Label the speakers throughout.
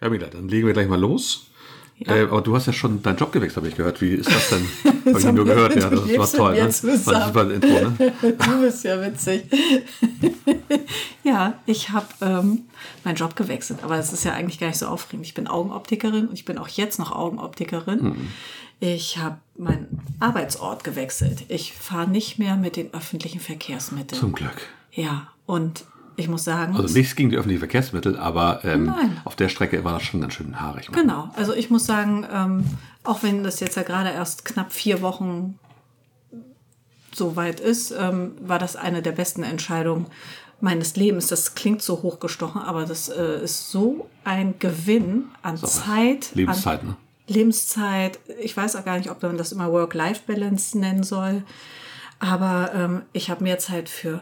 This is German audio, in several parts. Speaker 1: Ja, Mila, dann legen wir gleich mal los.
Speaker 2: Ja.
Speaker 1: Äh, aber du hast ja schon deinen Job gewechselt, habe ich gehört. Wie ist das denn? Habe ich nur gehört, ja. Das
Speaker 2: Du
Speaker 1: war
Speaker 2: lebst mit
Speaker 1: toll,
Speaker 2: mir
Speaker 1: ne? War ein
Speaker 2: zusammen.
Speaker 1: super Intro, ne?
Speaker 2: Du bist ja witzig. ja, ich habe ähm, meinen Job gewechselt, aber es ist ja eigentlich gar nicht so aufregend. Ich bin Augenoptikerin und ich bin auch jetzt noch Augenoptikerin. Ich habe meinen Arbeitsort gewechselt. Ich fahre nicht mehr mit den öffentlichen Verkehrsmitteln.
Speaker 1: Zum Glück.
Speaker 2: Ja, und ich muss sagen,
Speaker 1: Also nichts gegen die öffentlichen Verkehrsmittel, aber ähm,
Speaker 2: Nein.
Speaker 1: auf der Strecke war das schon ganz schön haarig. ne?
Speaker 2: Genau, also ich muss sagen, ähm, auch wenn das jetzt ja gerade erst knapp vier Wochen so weit ist, ähm, war das eine der besten Entscheidungen meines Lebens. Das klingt so hochgestochen, aber das äh, ist so ein Gewinn an Zeit.
Speaker 1: Lebenszeit,
Speaker 2: an
Speaker 1: ne?
Speaker 2: Lebenszeit. Ich weiß auch gar nicht, ob man das immer Work-Life-Balance nennen soll. Aber ähm, ich habe mehr Zeit für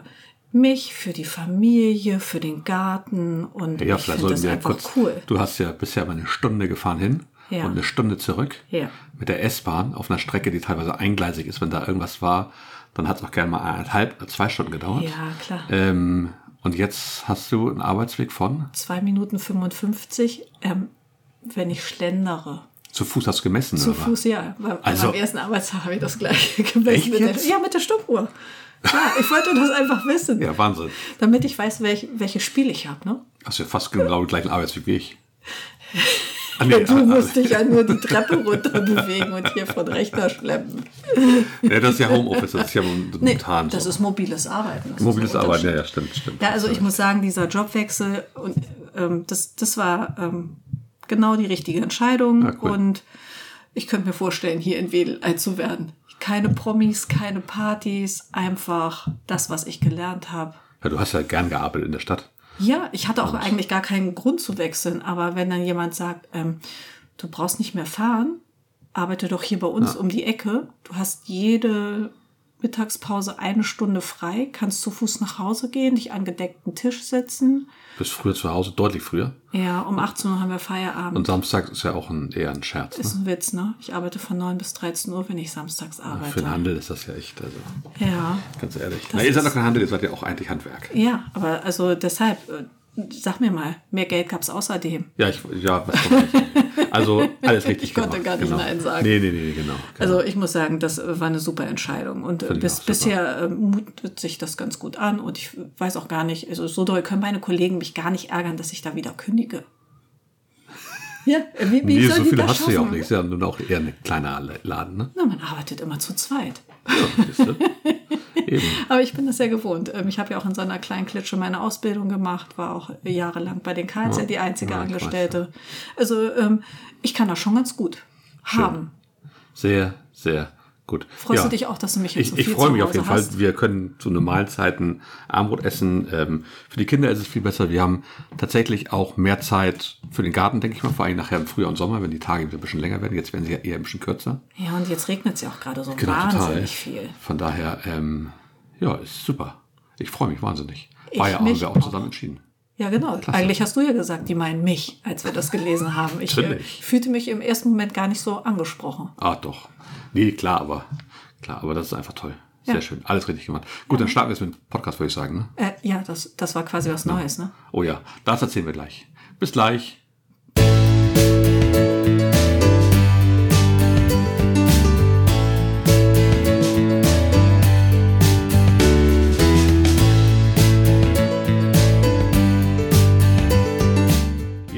Speaker 2: mich, für die Familie, für den Garten und
Speaker 1: Ja,
Speaker 2: ich
Speaker 1: vielleicht
Speaker 2: finde
Speaker 1: sollten
Speaker 2: das
Speaker 1: wir
Speaker 2: einfach
Speaker 1: kurz.
Speaker 2: cool.
Speaker 1: Du hast ja bisher mal eine Stunde gefahren hin
Speaker 2: Ja.
Speaker 1: und eine Stunde zurück
Speaker 2: Ja.
Speaker 1: mit der S-Bahn auf einer Strecke, die teilweise eingleisig ist. Wenn da irgendwas war, dann hat es auch gerne mal eineinhalb, zwei Stunden gedauert.
Speaker 2: Ja, klar.
Speaker 1: Ähm, und jetzt hast du einen Arbeitsweg von?
Speaker 2: 2 Minuten 55, ähm, wenn ich schlendere.
Speaker 1: Zu Fuß hast du gemessen,
Speaker 2: Zu
Speaker 1: oder?
Speaker 2: Fuß, ja. Beim,
Speaker 1: Also-
Speaker 2: beim ersten Arbeitstag habe ich das gleiche gemessen. Mit der,
Speaker 1: jetzt?
Speaker 2: ja, mit der Stoppuhr. Ja, ich wollte das einfach wissen,
Speaker 1: Ja, Wahnsinn.
Speaker 2: damit ich weiß, welch, welches Spiel ich habe. Ne?
Speaker 1: Hast du ja fast genau den gleichen Arbeitsweg wie ich. Ah,
Speaker 2: Ja,
Speaker 1: nee,
Speaker 2: du
Speaker 1: ah, ah,
Speaker 2: musst dich ja nur die Treppe runter bewegen und hier von Rechner schleppen.
Speaker 1: nee, das ist ja Homeoffice, das ist ja
Speaker 2: Nee,
Speaker 1: momentan
Speaker 2: das
Speaker 1: so.
Speaker 2: ist mobiles Arbeiten. Das
Speaker 1: Mobiles
Speaker 2: ist ein
Speaker 1: Arbeiten,
Speaker 2: Unterschied.
Speaker 1: ja, ja, stimmt, stimmt.
Speaker 2: Ja, also ich muss sagen, dieser Jobwechsel und ähm, das, das war ähm, genau die richtige Entscheidung.
Speaker 1: Ah, cool.
Speaker 2: Und ich könnte mir vorstellen, hier in Wedel alt zu werden. Keine Promis, keine Partys, einfach das, was ich gelernt habe.
Speaker 1: ja, du hast ja gern gearbeitet in der Stadt.
Speaker 2: Ja, ich hatte auch eigentlich gar keinen Grund zu wechseln, aber wenn dann jemand sagt, ähm, du brauchst nicht mehr fahren, arbeite doch hier bei uns
Speaker 1: Ah.
Speaker 2: um die Ecke, du hast jede Mittagspause eine Stunde frei, kannst zu Fuß nach Hause gehen, dich an gedeckten Tisch setzen.
Speaker 1: Bist früher zu Hause, deutlich früher.
Speaker 2: Ja, um 18 Uhr haben wir Feierabend.
Speaker 1: Und Samstag ist ja auch ein, eher ein Scherz. Ne?
Speaker 2: Ist ein Witz, ne? Ich arbeite von 9 bis 13 Uhr, wenn ich samstags
Speaker 1: Für den
Speaker 2: arbeite.
Speaker 1: Handel ist das ja echt, also
Speaker 2: Ja.
Speaker 1: ganz ehrlich. Na, ihr seid doch kein Handel, ihr seid ja auch eigentlich Handwerk.
Speaker 2: Ja, aber also deshalb, äh, sag mir mal, mehr Geld gab's außerdem.
Speaker 1: Ja, ich, ja, was kommt jetzt? Also alles richtig
Speaker 2: Ich konnte
Speaker 1: gemacht,
Speaker 2: gar nicht
Speaker 1: genau.
Speaker 2: Nein sagen.
Speaker 1: Nee, nee, nee, nee, genau. genau.
Speaker 2: Also ich muss sagen, das äh, war eine super Entscheidung und äh,
Speaker 1: Finde ich auch
Speaker 2: bis,
Speaker 1: super.
Speaker 2: bisher äh, mutet sich das ganz gut an und ich weiß auch gar nicht, also so doll können meine Kollegen mich gar nicht ärgern, dass ich da wieder kündige. Ja, wie, wie
Speaker 1: nee,
Speaker 2: soll
Speaker 1: so
Speaker 2: die
Speaker 1: viele
Speaker 2: das
Speaker 1: hast du ja auch
Speaker 2: schaffen?
Speaker 1: nicht. Ist ja nun auch eher ein kleiner Laden, ne?
Speaker 2: Na, man arbeitet immer zu zweit.
Speaker 1: Ja, siehst du? Eben.
Speaker 2: Aber ich bin das ja gewohnt. Ähm, Ich habe ja auch in so einer kleinen Klitsche meine Ausbildung gemacht, war auch jahrelang bei den Karls ja die einzige
Speaker 1: Ja, ich weiß,
Speaker 2: Angestellte. Also ähm, ich kann das schon ganz gut haben.
Speaker 1: Sehr, sehr gut.
Speaker 2: Freust
Speaker 1: ja.
Speaker 2: du dich auch, dass du mich jetzt
Speaker 1: Ich,
Speaker 2: so viel
Speaker 1: ich freue mich
Speaker 2: zu
Speaker 1: auf jeden
Speaker 2: Hause hast?
Speaker 1: Fall. Wir können zu normalen Zeiten Armbrot essen. Ähm, für die Kinder ist es viel besser. Wir haben tatsächlich auch mehr Zeit für den Garten, denke ich mal. Vor allem nachher im Frühjahr und Sommer, wenn die Tage wieder ein bisschen länger werden. Jetzt werden sie ja eher ein bisschen kürzer.
Speaker 2: Ja, und jetzt regnet es ja auch gerade so
Speaker 1: Genau, total.
Speaker 2: wahnsinnig viel.
Speaker 1: Von daher, ähm, ja, ist super. Ich freue mich wahnsinnig. War
Speaker 2: Ich
Speaker 1: ja auch, haben
Speaker 2: mich
Speaker 1: wir auch
Speaker 2: auch.
Speaker 1: zusammen entschieden.
Speaker 2: Ja, genau. Eigentlich hast du ja gesagt, die meinen mich, als wir das gelesen haben. Ich äh,
Speaker 1: Natürlich.
Speaker 2: fühlte mich im ersten Moment gar nicht so angesprochen.
Speaker 1: Ah, doch. Nee, klar, aber klar, aber das ist einfach toll. Sehr
Speaker 2: Ja.
Speaker 1: schön. Alles richtig gemacht. Gut, dann starten wir jetzt mit dem Podcast, würde ich sagen. Ne?
Speaker 2: Äh, ja, das, das war quasi was Neues, ne?
Speaker 1: Oh ja, das erzählen wir gleich. Bis gleich.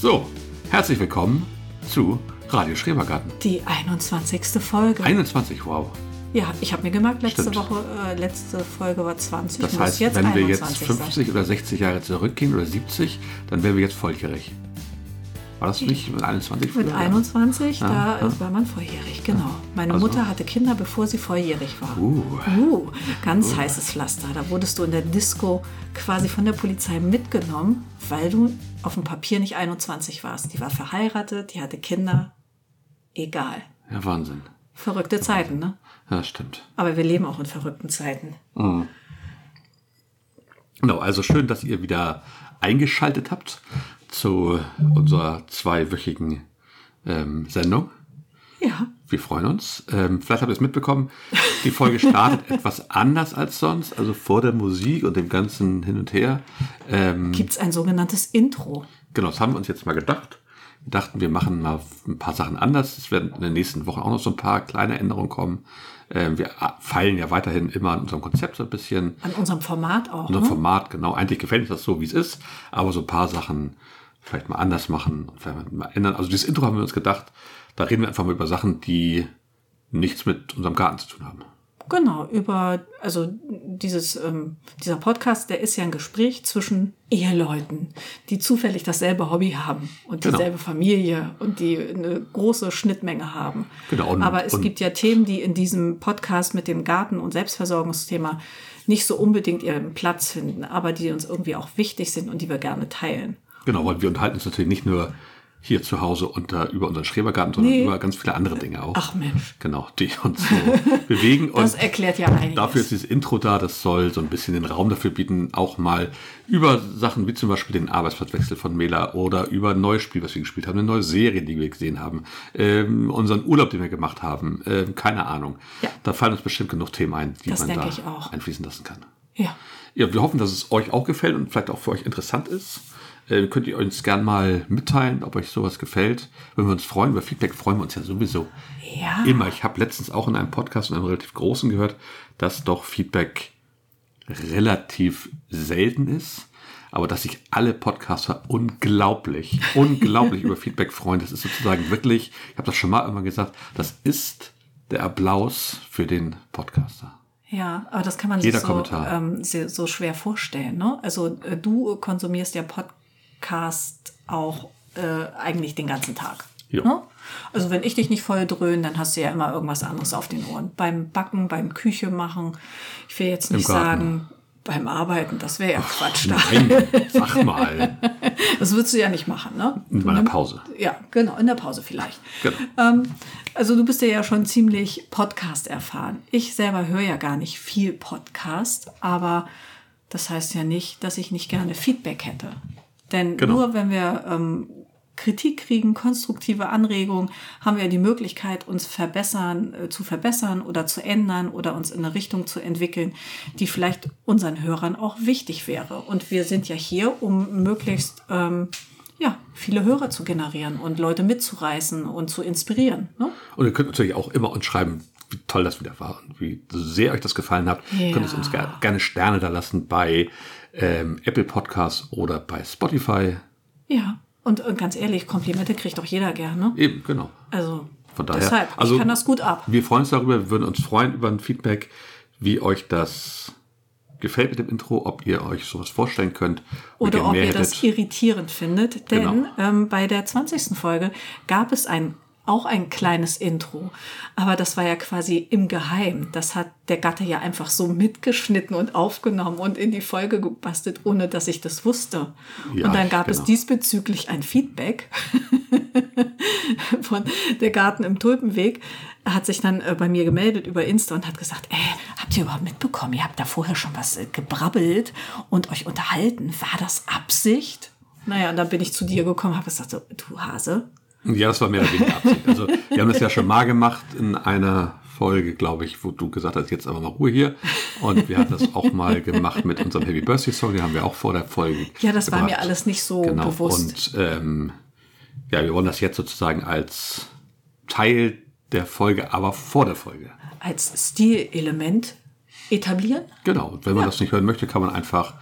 Speaker 1: So, herzlich willkommen zu Radio Schrebergarten.
Speaker 2: Die 21. Folge.
Speaker 1: 21, wow.
Speaker 2: Ja, ich habe mir gemerkt, letzte
Speaker 1: Stimmt.
Speaker 2: Woche, äh, letzte Folge war 20.
Speaker 1: Das
Speaker 2: muss
Speaker 1: heißt, wenn wir jetzt
Speaker 2: 21 sein.
Speaker 1: 50 oder 60 Jahre zurückgehen oder 70, dann wären wir jetzt volljährig. War das nicht mit 21?
Speaker 2: Mit
Speaker 1: früher?
Speaker 2: 21,
Speaker 1: Ja,
Speaker 2: da
Speaker 1: ja.
Speaker 2: war man volljährig, genau. Meine
Speaker 1: Also.
Speaker 2: Mutter hatte Kinder, bevor sie volljährig war.
Speaker 1: Uh.
Speaker 2: Uh, ganz heißes Pflaster. Da wurdest du in der Disco quasi von der Polizei mitgenommen, weil du auf dem Papier nicht 21 warst. Die war verheiratet, die hatte Kinder. Egal.
Speaker 1: Ja, Wahnsinn.
Speaker 2: Verrückte Zeiten, ne?
Speaker 1: Ja, stimmt.
Speaker 2: Aber wir leben auch in verrückten Zeiten.
Speaker 1: Genau, also schön, dass ihr wieder eingeschaltet habt zu unserer zweiwöchigen ähm, Sendung.
Speaker 2: Ja,
Speaker 1: Wir freuen uns. Ähm, vielleicht habt ihr es mitbekommen, die Folge startet etwas anders als sonst, also vor der Musik und dem ganzen Hin und Her. Ähm,
Speaker 2: gibt es ein sogenanntes Intro.
Speaker 1: Genau, das haben wir uns jetzt mal gedacht. Wir dachten, wir machen mal ein paar Sachen anders. Es werden in den nächsten Wochen auch noch so ein paar kleine Änderungen kommen. Ähm, wir a- feilen ja weiterhin immer an unserem Konzept so ein bisschen,
Speaker 2: An unserem Format auch.
Speaker 1: unserem
Speaker 2: Ne?
Speaker 1: Format, genau. Eigentlich gefällt uns das so, wie es ist, aber so ein paar Sachen vielleicht mal anders machen und vielleicht mal ändern. Also dieses Intro haben wir uns gedacht, da reden wir einfach mal über Sachen, die nichts mit unserem Garten zu tun haben.
Speaker 2: Genau, über, also dieses, ähm, dieser Podcast, der ist ja ein Gespräch zwischen Eheleuten, die zufällig dasselbe Hobby haben und
Speaker 1: Genau.
Speaker 2: dieselbe Familie und die eine große Schnittmenge haben.
Speaker 1: Genau, und-
Speaker 2: Aber es
Speaker 1: und-
Speaker 2: gibt ja Themen, die in diesem Podcast mit dem Garten- und Selbstversorgungsthema nicht so unbedingt ihren Platz finden, aber die uns irgendwie auch wichtig sind und die wir gerne teilen.
Speaker 1: Genau, weil wir unterhalten uns natürlich nicht nur hier zu Hause unter, über unseren Schrebergarten, sondern
Speaker 2: Nee.
Speaker 1: über ganz viele andere Dinge auch.
Speaker 2: Ach Mensch,
Speaker 1: Genau, die uns so bewegen.
Speaker 2: das
Speaker 1: und
Speaker 2: erklärt ja einiges.
Speaker 1: Dafür ist dieses Intro da, das soll so ein bisschen den Raum dafür bieten, auch mal über Sachen wie zum Beispiel den Arbeitsplatzwechsel von Mela oder über ein neues Spiel, was wir gespielt haben, eine neue Serie, die wir gesehen haben, ähm, unseren Urlaub, den wir gemacht haben, ähm, keine Ahnung.
Speaker 2: Ja.
Speaker 1: Da fallen uns bestimmt genug Themen ein, die
Speaker 2: Das
Speaker 1: man da
Speaker 2: denke ich auch.
Speaker 1: einfließen lassen kann.
Speaker 2: ja.
Speaker 1: Ja, wir hoffen, dass es euch auch gefällt und vielleicht auch für euch interessant ist. Ähm, könnt ihr uns gern mal mitteilen, ob euch sowas gefällt. Würden wir uns freuen. Über Feedback freuen wir uns ja sowieso
Speaker 2: Ja.
Speaker 1: immer. Ich habe letztens auch in einem Podcast, in einem relativ großen gehört, dass doch Feedback relativ selten ist, aber dass sich alle Podcaster unglaublich, unglaublich über Feedback freuen. Das ist sozusagen wirklich, ich habe das schon mal immer gesagt, das ist der Applaus für den Podcaster.
Speaker 2: Ja, aber das kann man
Speaker 1: Jeder
Speaker 2: sich so,
Speaker 1: Kommentar.
Speaker 2: ähm, se- so schwer vorstellen. Ne? Also äh, du konsumierst ja Podcast auch äh, eigentlich den ganzen Tag.
Speaker 1: Ja.
Speaker 2: Ne? Also wenn ich dich nicht voll dröhne, dann hast du ja immer irgendwas anderes auf den Ohren. Beim Backen, beim Küche machen. Ich will jetzt nicht
Speaker 1: Garten.
Speaker 2: sagen, beim Arbeiten, das wäre ja Quatsch. Da.
Speaker 1: Nein, sag mal,
Speaker 2: Das würdest du ja nicht machen, ne?
Speaker 1: in
Speaker 2: Du
Speaker 1: meiner
Speaker 2: nimm-
Speaker 1: Pause.
Speaker 2: Ja, genau, in der Pause vielleicht.
Speaker 1: Genau.
Speaker 2: Ähm, also du bist ja ja schon ziemlich Podcast erfahren. Ich selber höre ja gar nicht viel Podcast, aber das heißt ja nicht, dass ich nicht gerne Feedback hätte. Denn
Speaker 1: Genau.
Speaker 2: nur wenn wir ähm, Kritik kriegen, konstruktive Anregungen, haben wir die Möglichkeit, uns verbessern, äh, zu verbessern oder zu ändern oder uns in eine Richtung zu entwickeln, die vielleicht unseren Hörern auch wichtig wäre. Und wir sind ja hier, um möglichst ähm, ja, viele Hörer zu generieren und Leute mitzureißen und zu inspirieren. Ne?
Speaker 1: Und ihr könnt natürlich auch immer uns schreiben, wie toll das wieder war und wie sehr euch das gefallen hat. Ihr Könnt es uns ger gerne Sterne da lassen bei ähm, Apple Podcasts oder bei Spotify.
Speaker 2: Ja. Und, und ganz ehrlich, Komplimente kriegt doch jeder gerne.
Speaker 1: Eben, genau.
Speaker 2: Also
Speaker 1: Von daher,
Speaker 2: deshalb,
Speaker 1: also-
Speaker 2: ich kann das gut ab.
Speaker 1: Wir freuen uns darüber, wir würden uns freuen über ein Feedback, wie euch das gefällt mit dem Intro, ob ihr euch sowas vorstellen könnt. und
Speaker 2: Oder ob ihr das
Speaker 1: hättet.
Speaker 2: irritierend findet. Denn
Speaker 1: Genau.
Speaker 2: ähm, bei der 20. Folge gab es ein, auch ein kleines Intro. Aber das war ja quasi im Geheim. Das hat der Gatte ja einfach so mitgeschnitten und aufgenommen und in die Folge gebastelt, ohne dass ich das wusste.
Speaker 1: Ja,
Speaker 2: und dann gab es
Speaker 1: genau.
Speaker 2: diesbezüglich ein Feedback von der Garten im Tulpenweg. Hat sich dann äh, bei mir gemeldet über Insta und hat gesagt, ey, habt ihr überhaupt mitbekommen? Ihr habt da vorher schon was äh, gebrabbelt und euch unterhalten. War das Absicht? Naja, und dann bin ich zu dir gekommen, habe gesagt, so, du Hase,
Speaker 1: Ja, das war mehr oder weniger Absicht. Also, wir haben das ja schon mal gemacht in einer Folge, glaube ich, wo du gesagt hast, jetzt aber mal Ruhe hier. Und wir hatten das auch mal gemacht mit unserem Happy Birthday Song, den haben wir auch vor der Folge.
Speaker 2: Ja, das war
Speaker 1: gemacht.
Speaker 2: mir alles nicht so bewusst.
Speaker 1: Und ähm, ja, wir wollen das jetzt sozusagen als Teil der Folge, aber vor der Folge.
Speaker 2: als Stilelement etablieren,
Speaker 1: Genau. Und wenn man das nicht hören möchte, kann man einfach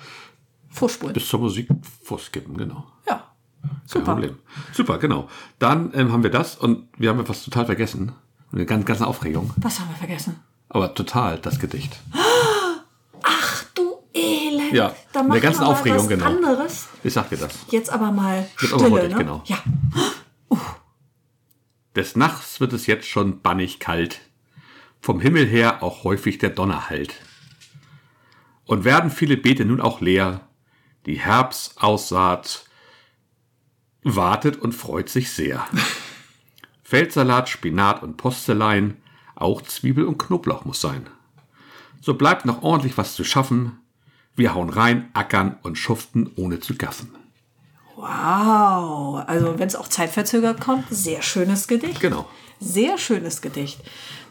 Speaker 2: vorspulen.
Speaker 1: bis zur Musik vorskippen, genau.
Speaker 2: Ja,
Speaker 1: Kein
Speaker 2: super.
Speaker 1: Problem. Super, genau. Dann ähm, haben wir das und wir haben etwas total vergessen. Eine ganz, ganze Aufregung.
Speaker 2: Was haben wir vergessen?
Speaker 1: Aber total, das Gedicht.
Speaker 2: Ach du Elend.
Speaker 1: Ja,
Speaker 2: Da
Speaker 1: in
Speaker 2: macht
Speaker 1: der ganzen
Speaker 2: man mal
Speaker 1: Aufregung,
Speaker 2: was
Speaker 1: genau.
Speaker 2: anderes.
Speaker 1: Ich sag dir das.
Speaker 2: Jetzt aber mal
Speaker 1: Wird
Speaker 2: Stille,
Speaker 1: overwhelmed,
Speaker 2: ne?
Speaker 1: genau.
Speaker 2: Ja.
Speaker 1: Des Nachts wird es jetzt schon bannig kalt. Vom Himmel her auch häufig der Donner hallt. Und werden viele Beete nun auch leer. Die Herbstaussaat wartet und freut sich sehr. Feldsalat, Spinat und Postelein, auch Zwiebel und Knoblauch muss sein. So bleibt noch ordentlich was zu schaffen. Wir hauen rein, ackern und schuften ohne zu gaffen.
Speaker 2: Wow. Also wenn es auch zeitverzögert kommt, sehr schönes Gedicht.
Speaker 1: Genau.
Speaker 2: Sehr schönes Gedicht.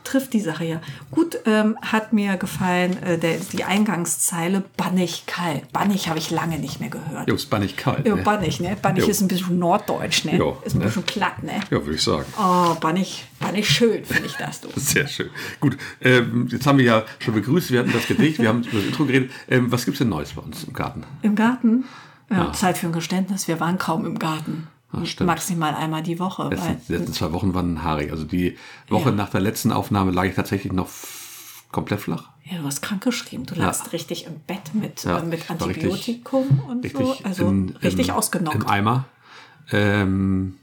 Speaker 2: Trifft die Sache ja. Gut, ähm, hat mir gefallen äh, der, die Eingangszeile Bannig kalt. Bannig habe ich lange nicht mehr gehört.
Speaker 1: Jo, ist bannig kalt.
Speaker 2: Jo,
Speaker 1: ne?
Speaker 2: Bannig, ne? Bannig
Speaker 1: Jo.
Speaker 2: ist ein bisschen norddeutsch, ne?
Speaker 1: Jo,
Speaker 2: ist ein
Speaker 1: ne?
Speaker 2: bisschen glatt, ne?
Speaker 1: Ja, würde ich sagen.
Speaker 2: Oh, Bannig, Bannig schön, finde ich das, du.
Speaker 1: Sehr schön. Gut, ähm, jetzt haben wir ja schon begrüßt, wir hatten das Gedicht, wir haben über das Intro geredet. Ähm, was gibt's denn Neues bei uns im Garten?
Speaker 2: Im Garten? Ja, Zeit für ein Geständnis. Wir waren kaum im Garten.
Speaker 1: Ah. stimmt.
Speaker 2: Maximal einmal die Woche.
Speaker 1: Die
Speaker 2: Weil,
Speaker 1: letzten, die letzten zwei Wochen waren haarig. Also die Woche
Speaker 2: Ja.
Speaker 1: nach der letzten Aufnahme lag ich tatsächlich noch f- komplett flach.
Speaker 2: ja, du hast krank geschrieben. Du lagst richtig im Bett mit,
Speaker 1: Ja,
Speaker 2: äh,
Speaker 1: ich
Speaker 2: mit
Speaker 1: war richtig-
Speaker 2: Antibiotikum und so. Also
Speaker 1: in-
Speaker 2: richtig
Speaker 1: im,
Speaker 2: ausgenockt.
Speaker 1: Im Eimer. Ähm,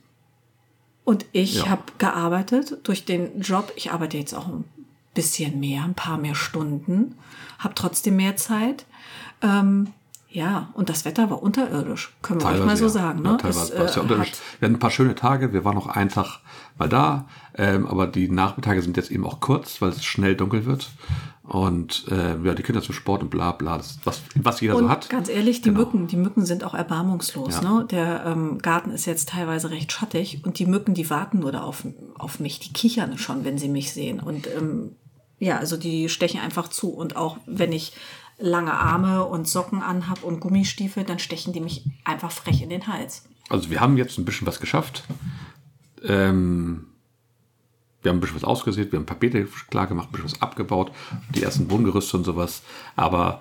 Speaker 2: und ich
Speaker 1: Ja.
Speaker 2: habe gearbeitet durch den Job. Ich arbeite jetzt auch ein bisschen mehr, ein paar mehr Stunden. Habe trotzdem mehr Zeit. Ähm, ja, und das Wetter war unterirdisch. Können wir euch mal so
Speaker 1: ja.
Speaker 2: sagen.
Speaker 1: Ja,
Speaker 2: Ne?
Speaker 1: teilweise
Speaker 2: Es,
Speaker 1: war es ja
Speaker 2: äh,
Speaker 1: unterirdisch.
Speaker 2: hat-
Speaker 1: Wir hatten ein paar schöne Tage, wir waren noch einen Tag mal da, ähm, aber die Nachmittage sind jetzt eben auch kurz, weil es schnell dunkel wird. Und äh, ja, die Kinder zum Sport und bla bla, das, was, was jeder so
Speaker 2: Und
Speaker 1: hat. Genau.
Speaker 2: ganz ehrlich, die Mücken, die Mücken sind auch erbarmungslos.
Speaker 1: Ja.
Speaker 2: Ne? Der ähm, Garten ist jetzt teilweise recht schattig und die Mücken, die warten nur da auf, auf mich. Die kichern schon, wenn sie mich sehen. Und ähm, ja, also die stechen einfach zu. Und auch wenn ich lange Arme und Socken anhab und Gummistiefel, dann stechen die mich einfach frech in den Hals.
Speaker 1: Also wir haben jetzt ein bisschen was geschafft. Ähm, wir haben ein bisschen was ausgesät, wir haben ein paar Beete klar gemacht, ein bisschen was abgebaut, die ersten Bodengerüste und sowas. Aber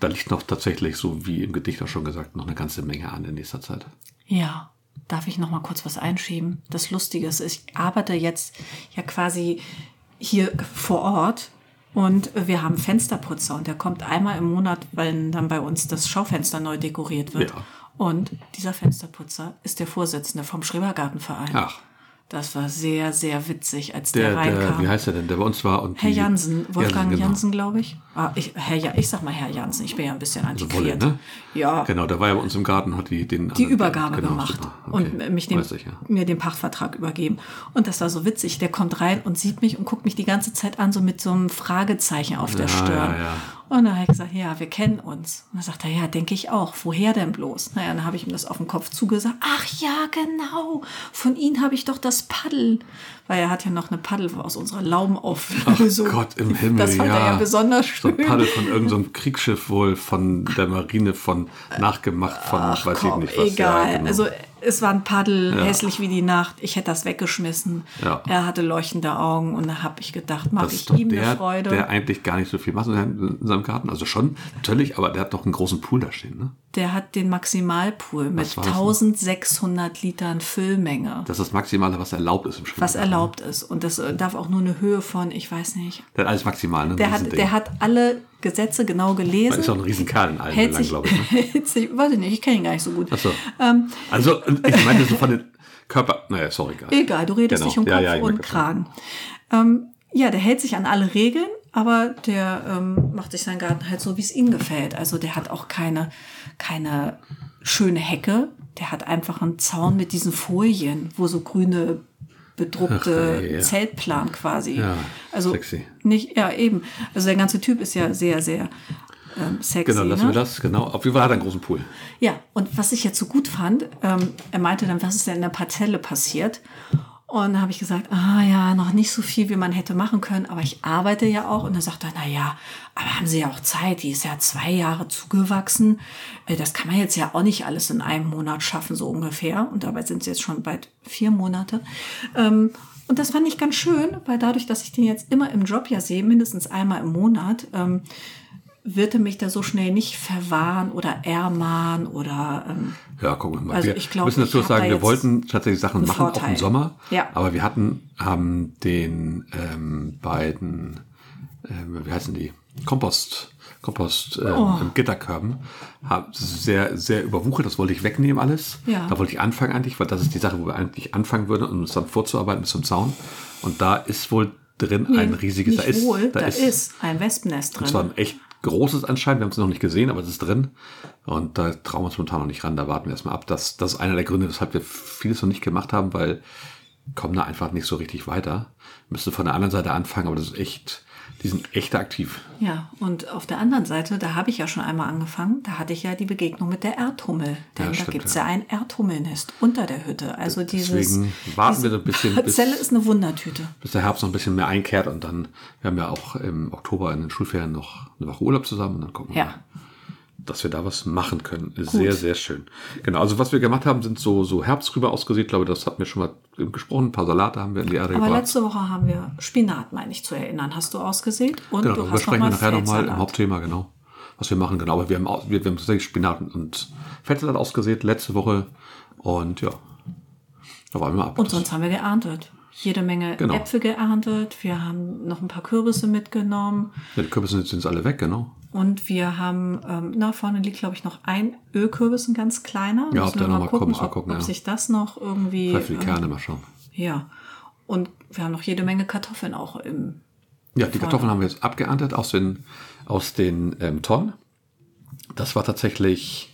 Speaker 1: da liegt noch tatsächlich, so wie im Gedicht auch schon gesagt, noch eine ganze Menge an in nächster Zeit.
Speaker 2: Ja, darf ich noch mal kurz was einschieben? Das Lustige ist, ich arbeite jetzt ja quasi hier vor Ort und wir haben Fensterputzer und der kommt einmal im Monat, wenn dann bei uns das Schaufenster neu dekoriert wird.
Speaker 1: Ja.
Speaker 2: Und dieser Fensterputzer ist der Vorsitzende vom Schrebergartenverein.
Speaker 1: Ach.
Speaker 2: Das war sehr, sehr witzig, als der,
Speaker 1: Der, der,
Speaker 2: reinkam.
Speaker 1: wie heißt er denn, der bei uns war? Und
Speaker 2: Herr
Speaker 1: die-
Speaker 2: Jansen, Wolfgang
Speaker 1: genau.
Speaker 2: Jansen, glaube ich. Ah, ich, Herr, ja, ich sag mal Herr Jansen, ich bin ja ein bisschen
Speaker 1: Wolle,
Speaker 2: antiquiert.
Speaker 1: ne?
Speaker 2: Ja,
Speaker 1: Genau, der war ja bei uns im Garten, hat die den
Speaker 2: die Übergabe
Speaker 1: genau,
Speaker 2: gemacht
Speaker 1: super. Okay,
Speaker 2: und mich dem,
Speaker 1: weiß ich, ja.
Speaker 2: mir den Pachtvertrag übergeben. Und das war so witzig. Der kommt rein und sieht mich und guckt mich die ganze Zeit an, so mit so einem Fragezeichen auf der
Speaker 1: Ja,
Speaker 2: Stirn.
Speaker 1: ja, ja.
Speaker 2: Und dann habe ich gesagt, ja, wir kennen uns. Und dann sagt er, ja, denke ich auch. Woher denn bloß? Naja, dann habe ich ihm das auf den Kopf zugesagt. Ach ja, genau. Von Ihnen habe ich doch das Paddel. Weil er hat ja noch eine Paddel aus unserer Laubenauflösung.
Speaker 1: Oh Gott im Himmel,
Speaker 2: Das fand
Speaker 1: ja.
Speaker 2: er ja besonders schön.
Speaker 1: So ein Paddel von irgendeinem Kriegsschiff wohl, von der Marine, von nachgemacht, von weiß
Speaker 2: Komm,
Speaker 1: ich nicht was.
Speaker 2: egal.
Speaker 1: Ja, genau.
Speaker 2: Also es war ein Paddel, hässlich wie die Nacht. Ich hätte das weggeschmissen.
Speaker 1: Ja.
Speaker 2: Er hatte leuchtende Augen und da habe ich gedacht, mache
Speaker 1: das
Speaker 2: ich
Speaker 1: ist doch
Speaker 2: ihm
Speaker 1: der,
Speaker 2: eine Freude.
Speaker 1: der
Speaker 2: Der,
Speaker 1: eigentlich gar nicht so viel macht in seinem Garten. Also schon, natürlich, aber der hat doch einen großen Pool da stehen. Ne?
Speaker 2: hat den Maximalpool mit
Speaker 1: Was war's denn?
Speaker 2: 1600 Litern Füllmenge,
Speaker 1: Das ist das Maximale, was erlaubt ist im Schwimmbad.
Speaker 2: was erlaubt ist. Und das äh, darf auch nur eine Höhe von, ich weiß nicht.
Speaker 1: Der hat alles maximal. Ne?
Speaker 2: Der hat, der hat alle Gesetze genau gelesen.
Speaker 1: ist doch ein Riesenkerl in allen
Speaker 2: hält
Speaker 1: Belangen,
Speaker 2: sich,
Speaker 1: glaube ich. Ne?
Speaker 2: hält sich, weiß ich nicht, ich kenne ihn gar nicht so gut.
Speaker 1: Ach so. also, ich meine so von den Körper... Naja, sorry, egal.
Speaker 2: Egal, du redest
Speaker 1: Genau.
Speaker 2: dich um
Speaker 1: Ja,
Speaker 2: Kopf
Speaker 1: ja, ich merke
Speaker 2: und
Speaker 1: das
Speaker 2: Kragen. Ähm, ja, der hält sich an alle Regeln, aber der ähm, macht sich seinen Garten halt so, wie es ihm gefällt. Also der hat auch keine, keine schöne Hecke. Der hat einfach einen Zaun mit diesen Folien, wo so grüne bedruckte
Speaker 1: Ach, ja, ja.
Speaker 2: Zeltplan quasi.
Speaker 1: Ja,
Speaker 2: also
Speaker 1: sexy.
Speaker 2: nicht, ja eben. Also der ganze Typ ist ja sehr, sehr ähm, sexy.
Speaker 1: Genau, lassen
Speaker 2: ne?
Speaker 1: wir das. Genau. Auf jeden Fall hat er einen großen Pool.
Speaker 2: Ja, und was ich jetzt so gut fand, ähm, er meinte dann, was ist denn in der Parzelle passiert? Und da habe ich gesagt, ah ja, noch nicht so viel, wie man hätte machen können, aber ich arbeite ja auch. Und dann sagt er, na ja, aber haben Sie ja auch Zeit, die ist ja zwei Jahre zugewachsen. Äh, Das kann man jetzt ja auch nicht alles in einem Monat schaffen, so ungefähr. Und dabei sind es jetzt schon bald vier Monate. Ähm, und das fand ich ganz schön, weil dadurch, dass ich den jetzt immer im Job ja sehe, mindestens einmal im Monat, ähm, wird er mich da so schnell nicht verwahren oder ermahnen oder ähm,
Speaker 1: Ja, gucken wir mal.
Speaker 2: Also
Speaker 1: wir
Speaker 2: ich glaub,
Speaker 1: müssen
Speaker 2: ich
Speaker 1: dazu
Speaker 2: hab da
Speaker 1: sagen, wir
Speaker 2: jetzt
Speaker 1: wollten tatsächlich Sachen
Speaker 2: einen
Speaker 1: machen, auch im
Speaker 2: Vorteil.
Speaker 1: Sommer.
Speaker 2: Ja.
Speaker 1: Aber wir hatten haben den ähm, beiden ähm, wie heißen die? Kompost, Kompost ähm,
Speaker 2: Oh.
Speaker 1: im Gitterkörben. Hab sehr, sehr überwuchert. Das wollte ich wegnehmen alles.
Speaker 2: Ja.
Speaker 1: Da wollte ich anfangen eigentlich, weil das ist die Sache, wo wir eigentlich anfangen würden, um uns dann vorzuarbeiten bis zum Zaun. Und da ist wohl drin ein riesiges,
Speaker 2: nicht
Speaker 1: da ist,
Speaker 2: wohl, da, ist, ein Wespennest drin.
Speaker 1: es war ein echt großes anscheinend. Wir haben es noch nicht gesehen, aber es ist drin. Und da trauen wir uns momentan noch nicht ran. Da warten wir erstmal ab. Das, das ist einer der Gründe, weshalb wir vieles noch nicht gemacht haben, weil wir kommen da einfach nicht so richtig weiter. Wir müssen von der anderen Seite anfangen, aber das ist echt, die sind echt aktiv.
Speaker 2: ja, und auf der anderen Seite, da habe ich ja schon einmal angefangen, da hatte ich ja die Begegnung mit der Erdhummel. Denn da
Speaker 1: stimmt,
Speaker 2: gibt es ja. ein Erdhummelnest unter der Hütte. Also dieses,
Speaker 1: Deswegen warten wir so ein bisschen, bis-
Speaker 2: Parzelle ist eine Wundertüte.
Speaker 1: Bis der Herbst noch ein bisschen mehr einkehrt und dann, wir haben ja auch im Oktober in den Schulferien noch eine Woche Urlaub zusammen und dann gucken wir
Speaker 2: Ja.
Speaker 1: mal. dass wir da was machen können. Sehr, sehr schön. Genau, also was wir gemacht haben, sind so, so Herbstrüber ausgesät. Ich glaube, das hatten wir schon mal gesprochen. Ein paar Salate haben wir in die Erde
Speaker 2: Aber
Speaker 1: gebracht.
Speaker 2: letzte Woche haben wir Spinat, meine ich, zu erinnern. Hast du ausgesät? Und
Speaker 1: Genau,
Speaker 2: du
Speaker 1: darüber
Speaker 2: hast
Speaker 1: sprechen wir
Speaker 2: nochmal
Speaker 1: nachher nochmal im
Speaker 2: Feldsalat.
Speaker 1: Hauptthema, genau. Was wir machen, genau. Aber wir haben, au- wir, wir haben tatsächlich Spinat und Fettsalat ausgesät letzte Woche. Und ja, da waren wir ab.
Speaker 2: Und sonst haben wir geerntet. Jede Menge
Speaker 1: Genau.
Speaker 2: Äpfel geerntet. Wir haben noch ein paar Kürbisse mitgenommen.
Speaker 1: ja, die Kürbisse sind jetzt alle weg, genau.
Speaker 2: Und wir haben, ähm, na, vorne liegt, glaube ich, noch ein Ölkürbis, ein ganz kleiner.
Speaker 1: Ja, ob
Speaker 2: Müssen
Speaker 1: der
Speaker 2: wir
Speaker 1: noch
Speaker 2: mal
Speaker 1: mal kommt,
Speaker 2: gucken,
Speaker 1: müssen wir
Speaker 2: ob,
Speaker 1: gucken,
Speaker 2: ob
Speaker 1: ja.
Speaker 2: sich das noch irgendwie.
Speaker 1: Vielleicht für die
Speaker 2: ähm,
Speaker 1: Kerne mal schauen.
Speaker 2: ja. Und wir haben noch jede Menge Kartoffeln auch im.
Speaker 1: Ja, die Kartoffeln haben wir jetzt abgeerntet aus den, aus den ähm, Tonnen. Das war tatsächlich,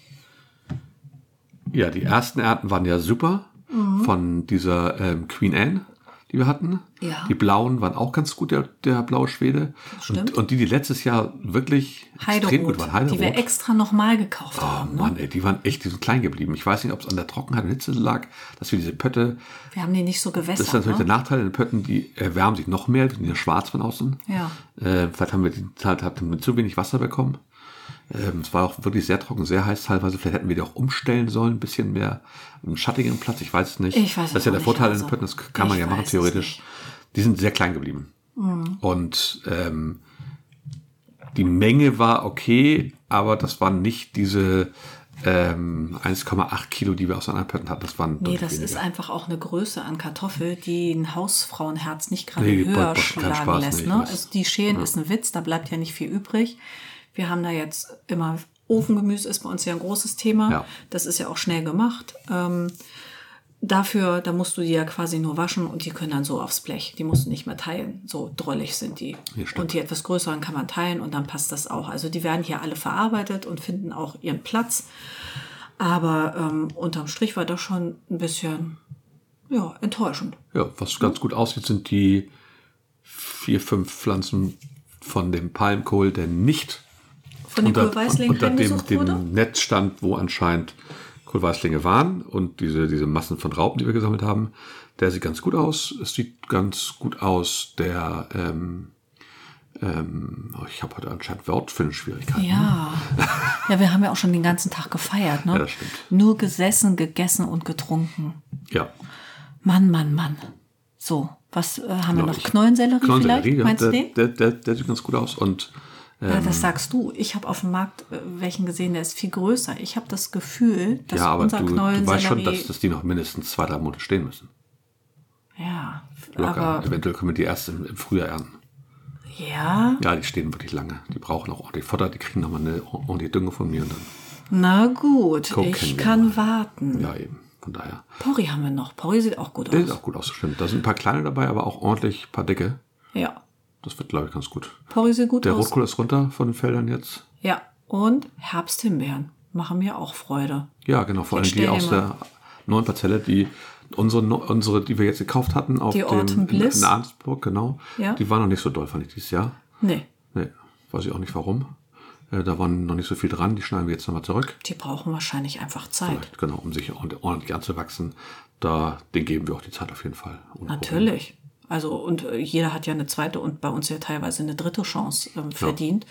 Speaker 1: ja, die ersten Ernten waren ja super
Speaker 2: Mhm.
Speaker 1: von dieser ähm, Queen Anne, die wir hatten.
Speaker 2: Ja.
Speaker 1: Die blauen waren auch ganz gut, der, der blaue Schwede.
Speaker 2: stimmt.
Speaker 1: Und, und die, die letztes Jahr wirklich extrem gut
Speaker 2: Heiderot,
Speaker 1: waren.
Speaker 2: die wir extra nochmal gekauft
Speaker 1: Oh
Speaker 2: haben.
Speaker 1: Mann, ey, die waren echt, die sind klein geblieben. Ich weiß nicht, ob es an der Trockenheit und Hitze lag, dass wir diese Pötte,
Speaker 2: Wir haben die nicht so gewässert.
Speaker 1: das ist natürlich
Speaker 2: ne?
Speaker 1: der Nachteil, die Pötten, die erwärmen sich noch mehr, die sind ja schwarz von außen.
Speaker 2: Ja.
Speaker 1: Äh, vielleicht haben wir die Zeit, haben wir zu wenig Wasser bekommen. Ähm, es war auch wirklich sehr trocken, sehr heiß teilweise. Vielleicht hätten wir die auch umstellen sollen, ein bisschen mehr einen schattigeren Platz, ich weiß es nicht.
Speaker 2: Ich weiß es
Speaker 1: das ist ja
Speaker 2: auch
Speaker 1: der
Speaker 2: nicht,
Speaker 1: Vorteil in
Speaker 2: also,
Speaker 1: Pötten, das kann man
Speaker 2: ich
Speaker 1: ja machen
Speaker 2: weiß es Mhm.
Speaker 1: theoretisch. Die sind sehr klein geblieben. Und ähm, die Menge war okay, aber das waren nicht diese ähm, 1,8 Kilo, die wir aus anderen Pötten hatten. Das waren
Speaker 2: Nee,
Speaker 1: deutlich
Speaker 2: das
Speaker 1: weniger.
Speaker 2: ist einfach auch eine Größe an Kartoffel, die ein Hausfrauenherz nicht gerade
Speaker 1: Nee,
Speaker 2: höher
Speaker 1: Bott- Bott- kein
Speaker 2: schlagen
Speaker 1: Spaß,
Speaker 2: lässt.
Speaker 1: nee,
Speaker 2: ne?
Speaker 1: das-
Speaker 2: Also die Schälen ist ein Witz, da bleibt ja nicht viel übrig. Wir haben da jetzt immer Ofengemüse ist bei uns ja ein großes Thema.
Speaker 1: Ja.
Speaker 2: Das ist ja auch schnell gemacht. Ähm, dafür, da musst du die ja quasi nur waschen und die können dann so aufs Blech. Die musst du nicht mehr teilen. So drollig sind die.
Speaker 1: Ja, stimmt.
Speaker 2: und die etwas größeren kann man teilen und dann passt das auch. Also die werden hier alle verarbeitet und finden auch ihren Platz. Aber ähm, unterm Strich war das schon ein bisschen ja, enttäuschend.
Speaker 1: Ja, was
Speaker 2: Mhm.
Speaker 1: ganz gut aussieht, sind die vier, fünf Pflanzen von dem Palmkohl, der nicht
Speaker 2: Von den
Speaker 1: unter,
Speaker 2: Kohlweißlingen
Speaker 1: unter dem,
Speaker 2: heimgesucht wurde?
Speaker 1: dem Netz stand, wo anscheinend Kohlweißlinge waren und diese, diese Massen von Raupen, die wir gesammelt haben, der sieht ganz gut aus. Es sieht ganz gut aus, der, ähm, ähm, oh, ich habe heute anscheinend Wortfindungsschwierigkeiten.
Speaker 2: Ja. ja, wir haben ja auch schon den ganzen Tag gefeiert, ne?
Speaker 1: Ja, das stimmt.
Speaker 2: Nur gesessen, gegessen und getrunken.
Speaker 1: Ja,
Speaker 2: Mann, Mann, Mann. So, was äh, haben wir
Speaker 1: Genau,
Speaker 2: noch?
Speaker 1: ich-
Speaker 2: Knollensellerie, vielleicht?
Speaker 1: ja,
Speaker 2: Meinst du
Speaker 1: der,
Speaker 2: den?
Speaker 1: Der, der, der sieht ganz gut aus und
Speaker 2: ja,
Speaker 1: Ähm.
Speaker 2: das sagst du. Ich habe auf dem Markt äh, welchen gesehen, der ist viel größer. Ich habe das Gefühl, dass
Speaker 1: ja, aber
Speaker 2: unser
Speaker 1: du, du weißt schon,
Speaker 2: Knollensellerie...
Speaker 1: dass, dass die noch mindestens zwei, drei Monate stehen müssen.
Speaker 2: ja,
Speaker 1: Locker.
Speaker 2: aber...
Speaker 1: Eventuell können wir die erst im, im Frühjahr ernten.
Speaker 2: Ja,
Speaker 1: Ja, die stehen wirklich lange. Die brauchen auch ordentlich Futter, die kriegen nochmal eine ordentliche Dünge von mir und dann.
Speaker 2: na gut.
Speaker 1: Gucken
Speaker 2: ich
Speaker 1: wir
Speaker 2: kann warten.
Speaker 1: Ja, eben. Von daher.
Speaker 2: Porri haben wir noch. Porri sieht auch gut
Speaker 1: Der sieht
Speaker 2: aus.
Speaker 1: auch gut aus, das stimmt. Da sind ein paar kleine dabei, aber auch ordentlich ein paar dicke.
Speaker 2: Ja.
Speaker 1: Das wird, glaube ich, ganz gut.
Speaker 2: Porri sieht gut
Speaker 1: Der
Speaker 2: aus.
Speaker 1: Rotkohl ist runter von den Feldern jetzt.
Speaker 2: Ja. Und Herbsthimbeeren machen mir auch Freude.
Speaker 1: Ja, genau. Vor allem
Speaker 2: Jetzt
Speaker 1: die
Speaker 2: stell dir
Speaker 1: aus
Speaker 2: mal-
Speaker 1: der neuen Parzelle, die unsere, neu- unsere, die wir jetzt gekauft hatten, auf
Speaker 2: Die Autumn
Speaker 1: dem, in,
Speaker 2: Bliss.
Speaker 1: in Arnsburg, genau.
Speaker 2: Ja.
Speaker 1: Die waren noch nicht so doll, fand ich dieses Jahr.
Speaker 2: Nee,
Speaker 1: Nee, weiß ich auch nicht warum. Äh, Da waren noch nicht so viel dran, die schneiden wir jetzt nochmal zurück.
Speaker 2: die brauchen wahrscheinlich einfach Zeit.
Speaker 1: Vielleicht, genau, um sich ord- ordentlich anzuwachsen. Da, den geben wir auch die Zeit auf jeden Fall. Ohne Probleme.
Speaker 2: Natürlich. Also, und äh, jeder hat ja eine zweite und bei uns ja teilweise eine dritte Chance ähm, verdient.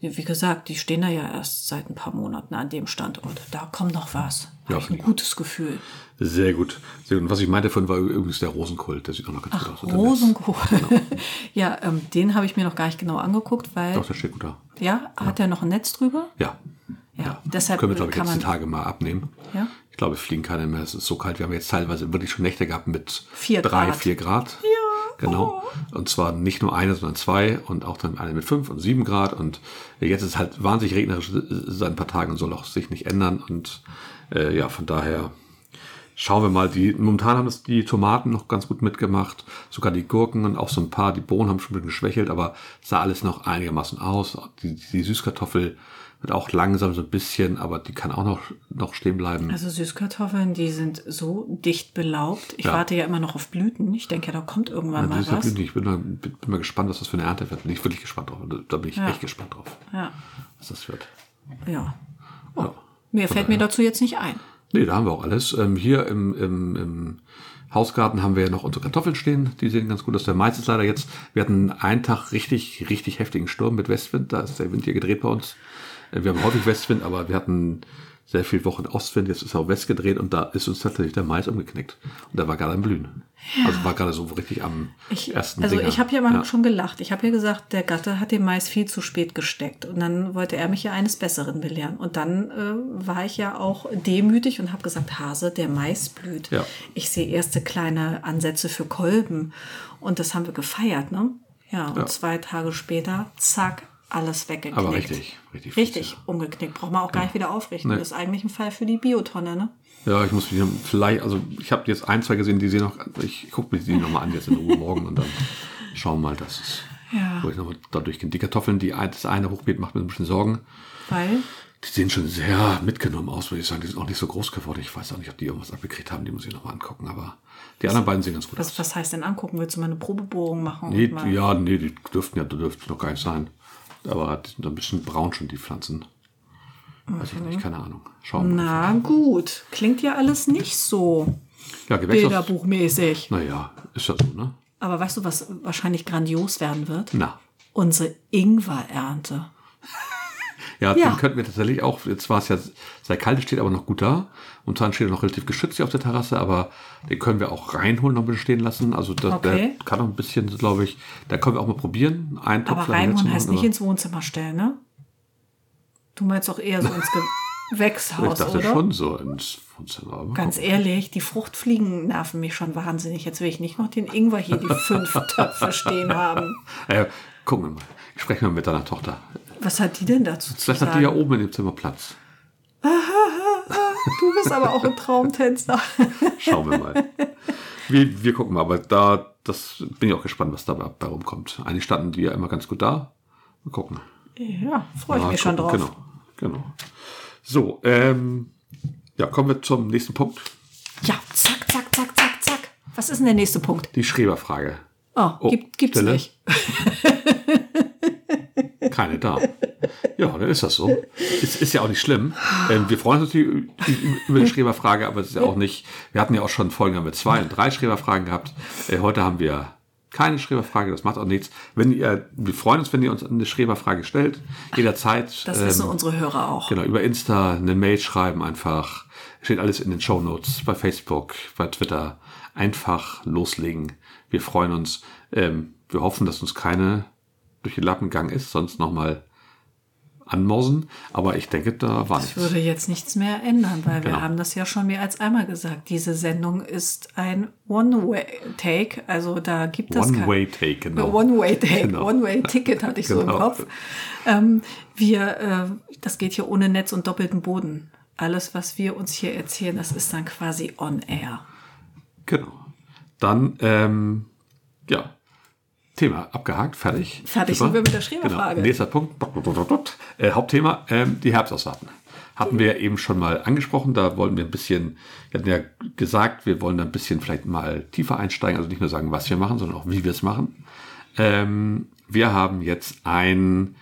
Speaker 2: Wie gesagt, die stehen da ja erst seit ein paar Monaten an dem Standort. Da kommt noch was.
Speaker 1: Ja,
Speaker 2: Habe ich ein
Speaker 1: finde ich.
Speaker 2: gutes Gefühl.
Speaker 1: Sehr gut. Sehr gut. Und was ich meinte von war übrigens der Rosenkult. Der sieht auch noch ganz gut aus. Und der Genau.
Speaker 2: Rosenkohl. ja, ähm, den habe ich mir noch gar nicht genau angeguckt, weil,
Speaker 1: Netz- Doch, der steht gut da.
Speaker 2: ja, hat er noch ein Netz drüber?
Speaker 1: Ja.
Speaker 2: Ja, deshalb
Speaker 1: Können wir, glaube ich,
Speaker 2: kann
Speaker 1: jetzt die
Speaker 2: man
Speaker 1: Tage mal abnehmen.
Speaker 2: Ja.
Speaker 1: Ich glaube, es fliegen keine mehr. Es ist so kalt. Wir haben jetzt teilweise wirklich schon Nächte gehabt mit
Speaker 2: Vier
Speaker 1: drei,
Speaker 2: Grad. Oh.
Speaker 1: vier Grad. Ja. Genau. Und zwar nicht nur eine, sondern zwei und auch dann eine mit fünf und sieben Grad. Und jetzt ist halt wahnsinnig regnerisch seit ein paar Tagen und soll auch sich nicht ändern. Und äh, ja, von daher schauen wir mal. Die, momentan haben das die Tomaten noch ganz gut mitgemacht, sogar die Gurken und auch so ein paar. Die Bohnen haben schon ein bisschen geschwächelt, aber sah alles noch einigermaßen aus. Die, die Süßkartoffel wird auch langsam so ein bisschen, aber die kann auch noch, noch stehen bleiben.
Speaker 2: Also Süßkartoffeln, die sind so dicht belaubt. Ich
Speaker 1: Ja.
Speaker 2: warte ja immer noch auf Blüten. Ich denke ja, da kommt irgendwann
Speaker 1: Ja,
Speaker 2: mal
Speaker 1: dieses Jahr
Speaker 2: was.
Speaker 1: blüht nicht. ich bin mal, bin bin mal gespannt, was das für eine Ernte wird. Bin ich wirklich gespannt drauf. Also, Da bin ich
Speaker 2: Ja.
Speaker 1: echt gespannt drauf,
Speaker 2: Ja,
Speaker 1: was das wird. Oh.
Speaker 2: ja.
Speaker 1: Ja.
Speaker 2: Mehr fällt mir dazu jetzt nicht ein.
Speaker 1: Nee, da haben wir auch alles. Ähm, hier im, im, im Hausgarten haben wir ja noch unsere Kartoffeln stehen. Die sehen ganz gut aus. Der Mais ist leider jetzt, wir hatten einen Tag richtig, richtig heftigen Sturm mit Westwind. Da ist der Wind hier gedreht bei uns. Äh, Wir haben häufig Westwind, aber wir hatten sehr viel Wochen Ostwind. Jetzt ist er auf West gedreht und da ist uns tatsächlich der Mais umgeknickt. Und da war gerade am Blühen. Also war gerade so richtig am
Speaker 2: Ich,
Speaker 1: ersten
Speaker 2: also
Speaker 1: Dinger.
Speaker 2: ich habe ja immer
Speaker 1: Ja.
Speaker 2: noch schon gelacht. Ich habe ja gesagt, der Gatte hat den Mais viel zu spät gesteckt. Und dann wollte er mich ja eines Besseren belehren. Und dann äh, war ich ja auch demütig und habe gesagt, Hase, der Mais blüht.
Speaker 1: Ja.
Speaker 2: Ich sehe erste kleine Ansätze für Kolben. Und das haben wir gefeiert, ne? Ja, und
Speaker 1: Ja.
Speaker 2: zwei Tage später, zack, alles weggeknickt.
Speaker 1: Aber richtig, richtig
Speaker 2: Richtig,
Speaker 1: fies,
Speaker 2: umgeknickt. Braucht man auch gar nicht wieder aufrichten.
Speaker 1: Nee.
Speaker 2: Das ist eigentlich ein Fall für die Biotonne, ne?
Speaker 1: Ja, ich muss mich vielleicht, also ich habe jetzt ein, zwei gesehen, die sehen noch, ich gucke mir die nochmal an jetzt in Ruhe morgen und dann schauen wir mal, dass es,
Speaker 2: Ja.
Speaker 1: wo ich nochmal da durchgehe. Die Kartoffeln, die ein- das eine Hochbeet macht mir ein bisschen Sorgen.
Speaker 2: Weil
Speaker 1: Die sehen schon sehr mitgenommen aus, würde ich sagen. Die sind auch nicht so groß geworden. Ich weiß auch nicht, ob die irgendwas abgekriegt haben. Die muss ich nochmal angucken. Aber die anderen beiden sehen ganz gut
Speaker 2: Was,
Speaker 1: aus.
Speaker 2: was heißt denn angucken? Willst du mal eine Probebohrung machen? und
Speaker 1: Nee,
Speaker 2: mal-
Speaker 1: die- ja, nee, die dürften ja, dürften noch gar nicht sein. Aber die sind ein bisschen braun schon, die Pflanzen. Weiß ich nicht, keine Ahnung. Schauen wir mal.
Speaker 2: Na gut, klingt ja alles nicht so
Speaker 1: Ja, Gewächshaus.
Speaker 2: bilderbuchmäßig.
Speaker 1: Naja, ist ja so, ne?
Speaker 2: Aber weißt du, was wahrscheinlich grandios werden wird?
Speaker 1: Na.
Speaker 2: Unsere Ingwerernte.
Speaker 1: Ja,
Speaker 2: Ja.
Speaker 1: den könnten wir tatsächlich auch, jetzt war es ja sehr kalt, der steht aber noch gut da. Und dann steht er noch relativ geschützt hier auf der Terrasse, aber den können wir auch reinholen, noch ein bisschen stehen lassen. Also das,
Speaker 2: Okay.
Speaker 1: der kann noch ein bisschen, glaube ich, da können wir auch mal probieren. Einen Topf alleine
Speaker 2: Aber
Speaker 1: zu
Speaker 2: reinhauen
Speaker 1: machen,
Speaker 2: heißt nicht
Speaker 1: aber-
Speaker 2: ins Wohnzimmer stellen, ne? Du meinst doch eher so ins
Speaker 1: Ich
Speaker 2: Gewächshaus,
Speaker 1: dachte
Speaker 2: oder?
Speaker 1: schon so ins Wohnzimmer. aber
Speaker 2: Ganz
Speaker 1: gucken.
Speaker 2: ehrlich, die Fruchtfliegen nerven mich schon wahnsinnig. Jetzt will ich nicht noch den Ingwer hier, die fünf Töpfe stehen haben.
Speaker 1: Äh, gucken wir mal. Ich spreche mal mit deiner Tochter.
Speaker 2: Was hat die denn dazu zu
Speaker 1: Vielleicht hat die
Speaker 2: sagen?
Speaker 1: ja oben in dem Zimmer Platz.
Speaker 2: Du bist aber auch ein Traumtänzer.
Speaker 1: Schauen wir mal. wir, wir gucken mal, aber da, das bin ich auch gespannt, was dabei bei rumkommt. Eigentlich standen die ja immer ganz gut da. Mal gucken.
Speaker 2: Ja, freue ich
Speaker 1: Ja,
Speaker 2: mich schon drauf.
Speaker 1: Ah, gucken, Genau, genau. So, ähm, ja, kommen wir zum nächsten Punkt.
Speaker 2: Ja, zack, zack, zack, zack, zack. Was ist denn der nächste Punkt?
Speaker 1: Die Schreberfrage.
Speaker 2: Oh, gibt, gibt's
Speaker 1: Stille.
Speaker 2: nicht.
Speaker 1: Keine da. Ja, dann ist das so. Ist, ist ja auch nicht schlimm. Ähm, wir freuen uns natürlich ü- über die Schreberfrage, aber es ist ja auch nicht. Wir hatten ja auch schon Folgen haben wir zwei und drei Schreberfragen gehabt. Äh, heute haben wir keine Schreberfrage, das macht auch nichts. Wenn ihr, wir freuen uns, wenn ihr uns eine Schreberfrage stellt. Jederzeit.
Speaker 2: Das
Speaker 1: ähm,
Speaker 2: wissen unsere Hörer auch.
Speaker 1: Genau, über Insta eine Mail schreiben einfach. Steht alles in den Shownotes, bei Facebook, bei Twitter. Einfach loslegen. Wir freuen uns. Ähm, wir hoffen, dass uns keine durch den Lappen gegangen ist, sonst nochmal anmausen. Aber ich denke, da war
Speaker 2: Das
Speaker 1: nichts.
Speaker 2: würde jetzt nichts mehr ändern, weil wir
Speaker 1: Genau.
Speaker 2: haben das ja schon mehr als einmal gesagt. Diese Sendung ist ein One-Way-Take, also da gibt es kein-
Speaker 1: One-Way-Take, genau.
Speaker 2: One-Way-Take,
Speaker 1: Genau.
Speaker 2: One-Way-Ticket hatte ich so im
Speaker 1: Genau.
Speaker 2: Kopf. Ähm, wir, äh, das geht hier ohne Netz und doppelten Boden. Alles, was wir uns hier erzählen, das ist dann quasi on-air.
Speaker 1: Genau. Dann, ähm, ja. Thema abgehakt, fertig.
Speaker 2: Fertig sind wir mit der Schreberfrage.
Speaker 1: Genau. Nächster Punkt. Dot, dot, dot, dot. Äh, Hauptthema, ähm, die Herbstaussaten. Hatten wir eben schon mal angesprochen. Da wollten wir ein bisschen, wir hatten ja gesagt, wir wollen da ein bisschen vielleicht mal tiefer einsteigen. Also nicht nur sagen, was wir machen, sondern auch, wie wir es machen. Ähm, wir haben jetzt ein,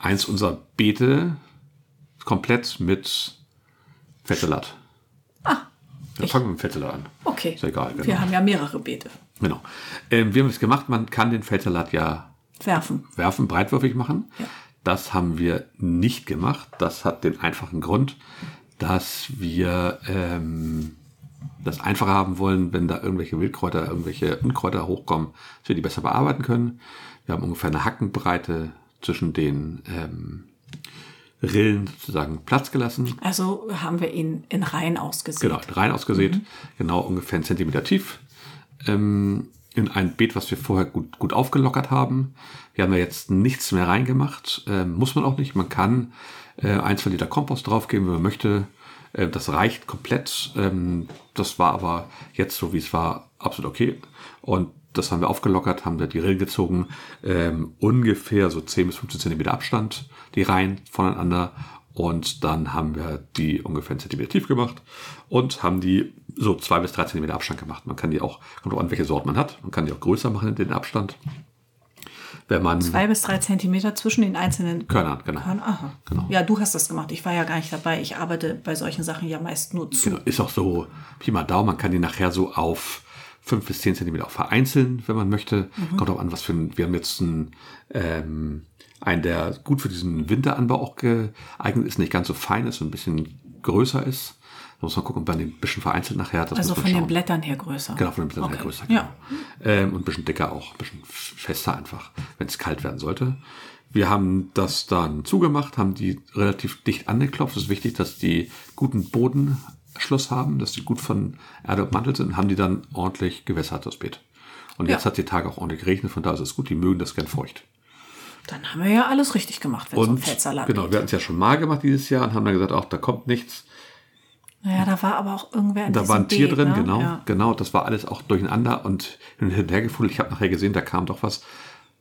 Speaker 1: eins unserer Beete komplett mit Fettsalat. Ah. Dann fangen wir mit Fettsalat an.
Speaker 2: Okay.
Speaker 1: Ist egal, genau.
Speaker 2: Wir haben ja mehrere Beete.
Speaker 1: Genau. Ähm, wir haben es gemacht, man kann den Feldsalat ja
Speaker 2: Werfen.
Speaker 1: werfen, breitwürfig machen.
Speaker 2: Ja.
Speaker 1: Das haben wir nicht gemacht. Das hat den einfachen Grund, dass wir ähm, das einfacher haben wollen, wenn da irgendwelche Wildkräuter, irgendwelche Unkräuter hochkommen, dass wir die besser bearbeiten können. Wir haben ungefähr eine Hackenbreite zwischen den ähm, Rillen sozusagen Platz gelassen.
Speaker 2: Also haben wir ihn in Reihen ausgesehen.
Speaker 1: Genau, rein ausgesät, genau ungefähr einen Zentimeter tief. Ähm, in ein Beet, was wir vorher gut, gut aufgelockert haben. Wir haben da jetzt nichts mehr reingemacht. Ähm, muss man auch nicht. Man kann äh, ein, zwei Liter Kompost draufgeben, wenn man möchte. Äh, das reicht komplett. Ähm, das war aber jetzt so, wie es war, absolut okay. Und das haben wir aufgelockert, haben da die Rillen gezogen. Ähm, ungefähr so 10 bis 15 Zentimeter Abstand, die Reihen voneinander. Und dann haben wir die ungefähr einen Zentimeter tief gemacht und haben die so zwei bis drei Zentimeter Abstand gemacht. Man kann die auch, kommt auch an, welche Sorte man hat, man kann die auch größer machen, den Abstand. Wenn man
Speaker 2: Zwei bis drei Zentimeter zwischen den einzelnen
Speaker 1: Körnern, genau.
Speaker 2: Körnern. Aha.
Speaker 1: Genau.
Speaker 2: Ja, du hast das gemacht. Ich war ja gar nicht dabei. Ich arbeite bei solchen Sachen ja meist nur zu.
Speaker 1: Genau, ist auch so Pi mal Daumen. Man kann die nachher so auf 5 bis 10 Zentimeter auch vereinzeln, wenn man möchte.
Speaker 2: Mhm.
Speaker 1: Kommt auch an, was für ein. Wir haben jetzt einen, ähm, einen, der gut für diesen Winteranbau auch geeignet ist, nicht ganz so fein ist, ein bisschen größer ist. Da muss man gucken, ob man den ein bisschen vereinzelt nachher hat. Das
Speaker 2: Also
Speaker 1: muss man
Speaker 2: von den
Speaker 1: schauen.
Speaker 2: Blättern her größer.
Speaker 1: Genau, von den Blättern her
Speaker 2: Okay.
Speaker 1: größer.
Speaker 2: Ja.
Speaker 1: Genau. Ähm, und ein bisschen dicker auch, ein bisschen f- fester einfach, wenn es kalt werden sollte. Wir haben das dann zugemacht, haben die relativ dicht angeklopft. Es ist wichtig, dass die guten Bodenschluss haben, dass die gut von Erde ummantelt sind und haben die dann ordentlich gewässert, das Beet. Und jetzt
Speaker 2: Ja.
Speaker 1: hat die Tage auch ordentlich geregnet, von daher ist es gut, die mögen das gern feucht.
Speaker 2: Dann haben wir ja alles richtig gemacht, wenn es um
Speaker 1: Und
Speaker 2: Feldsalat
Speaker 1: genau,
Speaker 2: geht.
Speaker 1: wir hatten es ja schon mal gemacht dieses Jahr und haben dann gesagt, auch da kommt nichts.
Speaker 2: Naja, da war aber auch irgendwer in
Speaker 1: Da
Speaker 2: diesem
Speaker 1: war ein Tier
Speaker 2: Beet,
Speaker 1: drin,
Speaker 2: ne?
Speaker 1: genau,
Speaker 2: Ja.
Speaker 1: genau. Das war alles auch durcheinander und hin und her gefudelt. Ich habe nachher gesehen, da kam doch was.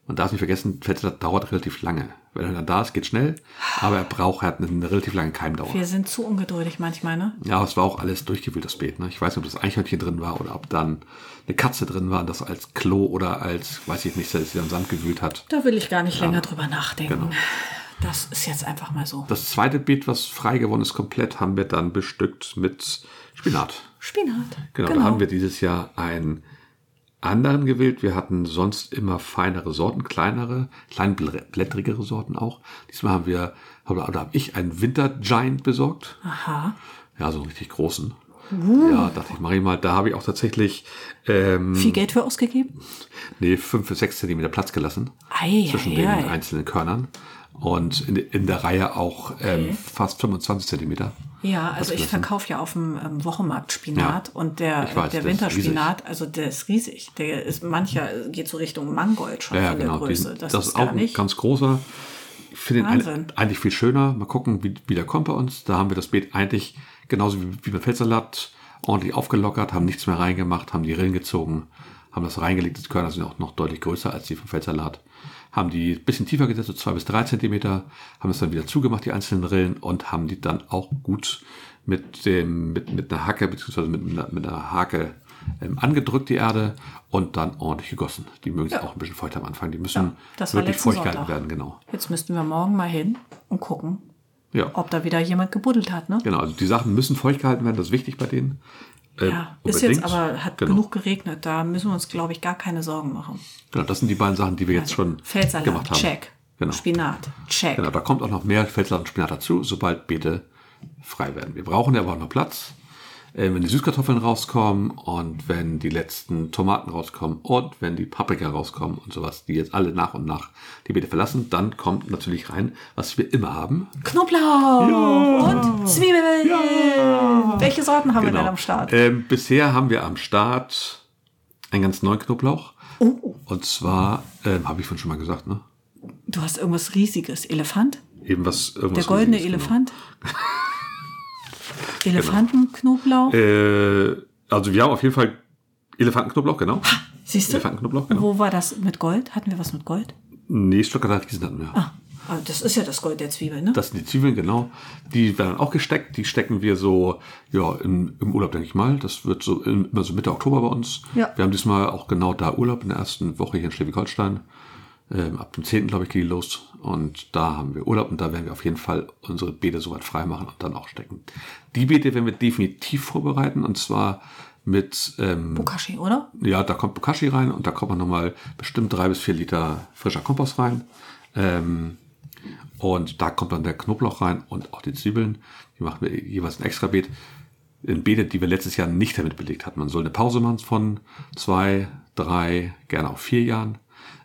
Speaker 1: Man darf nicht vergessen, Feldsalat dauert relativ lange. Wenn er dann da ist, geht schnell, aber er braucht halt eine relativ lange Keimdauer.
Speaker 2: Wir sind zu ungeduldig manchmal, ne?
Speaker 1: Ja, aber es war auch alles durchgewühlt, das Beet. Ne? Ich weiß nicht, ob das Eichhörnchen drin war oder ob dann eine Katze drin war, und das als Klo oder als, weiß ich nicht, dass sie dann Sand gewühlt hat.
Speaker 2: Da will ich gar nicht länger drüber nachdenken.
Speaker 1: Genau.
Speaker 2: Das ist jetzt einfach mal so.
Speaker 1: Das zweite Beet, was frei geworden ist, komplett, haben wir dann bestückt mit Spinat.
Speaker 2: Spinat.
Speaker 1: Genau, da haben wir dieses Jahr einen anderen gewählt. Wir hatten sonst immer feinere Sorten, kleinere, kleinblättrigere Sorten auch. Diesmal haben wir, oder, oder habe ich einen Winter Giant besorgt.
Speaker 2: Aha.
Speaker 1: Ja, so einen richtig großen.
Speaker 2: Uh.
Speaker 1: Ja, dachte ich, mach ich mal. Da habe ich auch tatsächlich, ähm,
Speaker 2: Viel Geld für ausgegeben?
Speaker 1: nee, fünf bis sechs Zentimeter Platz gelassen
Speaker 2: Ei,
Speaker 1: zwischen
Speaker 2: ei,
Speaker 1: den
Speaker 2: ei.
Speaker 1: einzelnen Körnern. Und in, in der Reihe auch ähm, fast 25 Zentimeter.
Speaker 2: Ja, also ich
Speaker 1: lassen.
Speaker 2: verkaufe ja auf dem ähm, Wochenmarkt Spinat
Speaker 1: Ja.
Speaker 2: und der,
Speaker 1: Ich weiß, der
Speaker 2: der
Speaker 1: ist
Speaker 2: Winterspinat, also der ist riesig. Der ist mancher geht so Richtung Mangold schon
Speaker 1: Ja, ja
Speaker 2: von der
Speaker 1: genau. Die-
Speaker 2: Größe. Das, ist
Speaker 1: auch
Speaker 2: gar
Speaker 1: ein
Speaker 2: nicht.
Speaker 1: ganz großer. Ich finde ihn
Speaker 2: Wahnsinn.
Speaker 1: ein- eigentlich viel schöner. Mal gucken, wie, wie der kommt bei uns. Da haben wir das Beet eigentlich genauso wie, wie beim Feldsalat ordentlich aufgelockert, haben nichts mehr reingemacht, haben die Rillen gezogen, haben das reingelegt. Die Körner sind auch noch deutlich größer als die vom Feldsalat. Haben die ein bisschen tiefer gesetzt, so zwei bis drei Zentimeter, haben es dann wieder zugemacht, die einzelnen Rillen, und haben die dann auch gut mit, dem, mit, mit einer Hacke beziehungsweise mit einer, mit einer Hake ähm, angedrückt, die Erde, und dann ordentlich gegossen. Die mögen es auch ein bisschen feucht am Anfang. Die müssen
Speaker 2: das war
Speaker 1: wirklich
Speaker 2: letzten
Speaker 1: feucht
Speaker 2: Sonntag.
Speaker 1: gehalten werden, genau.
Speaker 2: Jetzt müssten wir morgen mal hin und gucken,
Speaker 1: Ja.
Speaker 2: ob da wieder jemand gebuddelt hat, ne?
Speaker 1: Genau, also die Sachen müssen feucht gehalten werden, das ist wichtig bei denen. Ähm,
Speaker 2: Ja, ist
Speaker 1: unbedingt.
Speaker 2: jetzt aber, hat
Speaker 1: genau.
Speaker 2: genug geregnet. Da müssen wir uns, glaube ich, gar keine Sorgen machen.
Speaker 1: Genau, das sind die beiden Sachen, die wir jetzt schon
Speaker 2: Feldsalat,
Speaker 1: gemacht haben.
Speaker 2: check.
Speaker 1: Genau.
Speaker 2: Spinat, check.
Speaker 1: Genau, da kommt auch noch mehr Feldsalat und Spinat dazu, sobald Beete frei werden. Wir brauchen ja aber auch noch Platz. Äh, wenn die Süßkartoffeln rauskommen und wenn die letzten Tomaten rauskommen und wenn die Paprika rauskommen und sowas, die jetzt alle nach und nach die Beete verlassen, dann kommt natürlich rein, was wir immer haben.
Speaker 2: Knoblauch und Zwiebeln. Welche Sorten haben wir denn am Start?
Speaker 1: Genau. Ähm, bisher haben wir am Start einen ganz neuen Knoblauch.
Speaker 2: Oh,
Speaker 1: Und zwar, ähm, habe ich vorhin schon mal gesagt, ne?
Speaker 2: du hast irgendwas Riesiges. Elefant?
Speaker 1: Eben was, genau?
Speaker 2: Der
Speaker 1: irgendwas
Speaker 2: goldene
Speaker 1: Riesiges,
Speaker 2: Elefant?
Speaker 1: Genau.
Speaker 2: Elefantenknoblauch?
Speaker 1: Äh, also wir haben auf jeden Fall Elefantenknoblauch, genau.
Speaker 2: Siehst du?
Speaker 1: Elefantenknoblauch, genau.
Speaker 2: Wo war das mit Gold? Hatten wir was mit Gold?
Speaker 1: Nee, Stuttgarter Riesen hatten wir.
Speaker 2: Ah, aber das ist ja das Gold der Zwiebel, ne?
Speaker 1: Das sind die Zwiebeln, genau. Die werden auch gesteckt. Die stecken wir so, ja, im, im Urlaub, denke ich mal. Das wird so im- immer so Mitte Oktober bei uns.
Speaker 2: Ja.
Speaker 1: Wir haben diesmal auch genau da Urlaub in der ersten Woche hier in Schleswig-Holstein. Ähm, ab dem 10. glaube ich geht die los. Und da haben wir Urlaub und da werden wir auf jeden Fall unsere Beete soweit freimachen und dann auch stecken. Die Beete werden wir definitiv vorbereiten und zwar mit ähm,
Speaker 2: Bokashi, oder?
Speaker 1: ja, da kommt Bokashi rein und da kommt man nochmal bestimmt drei bis vier Liter frischer Kompost rein. Ähm, und da kommt dann der Knoblauch rein und auch die Zwiebeln. Die machen wir jeweils ein extra Beet. Ein Beete, die wir letztes Jahr nicht damit belegt hatten. Man soll eine Pause machen von zwei, drei, gerne auch vier Jahren.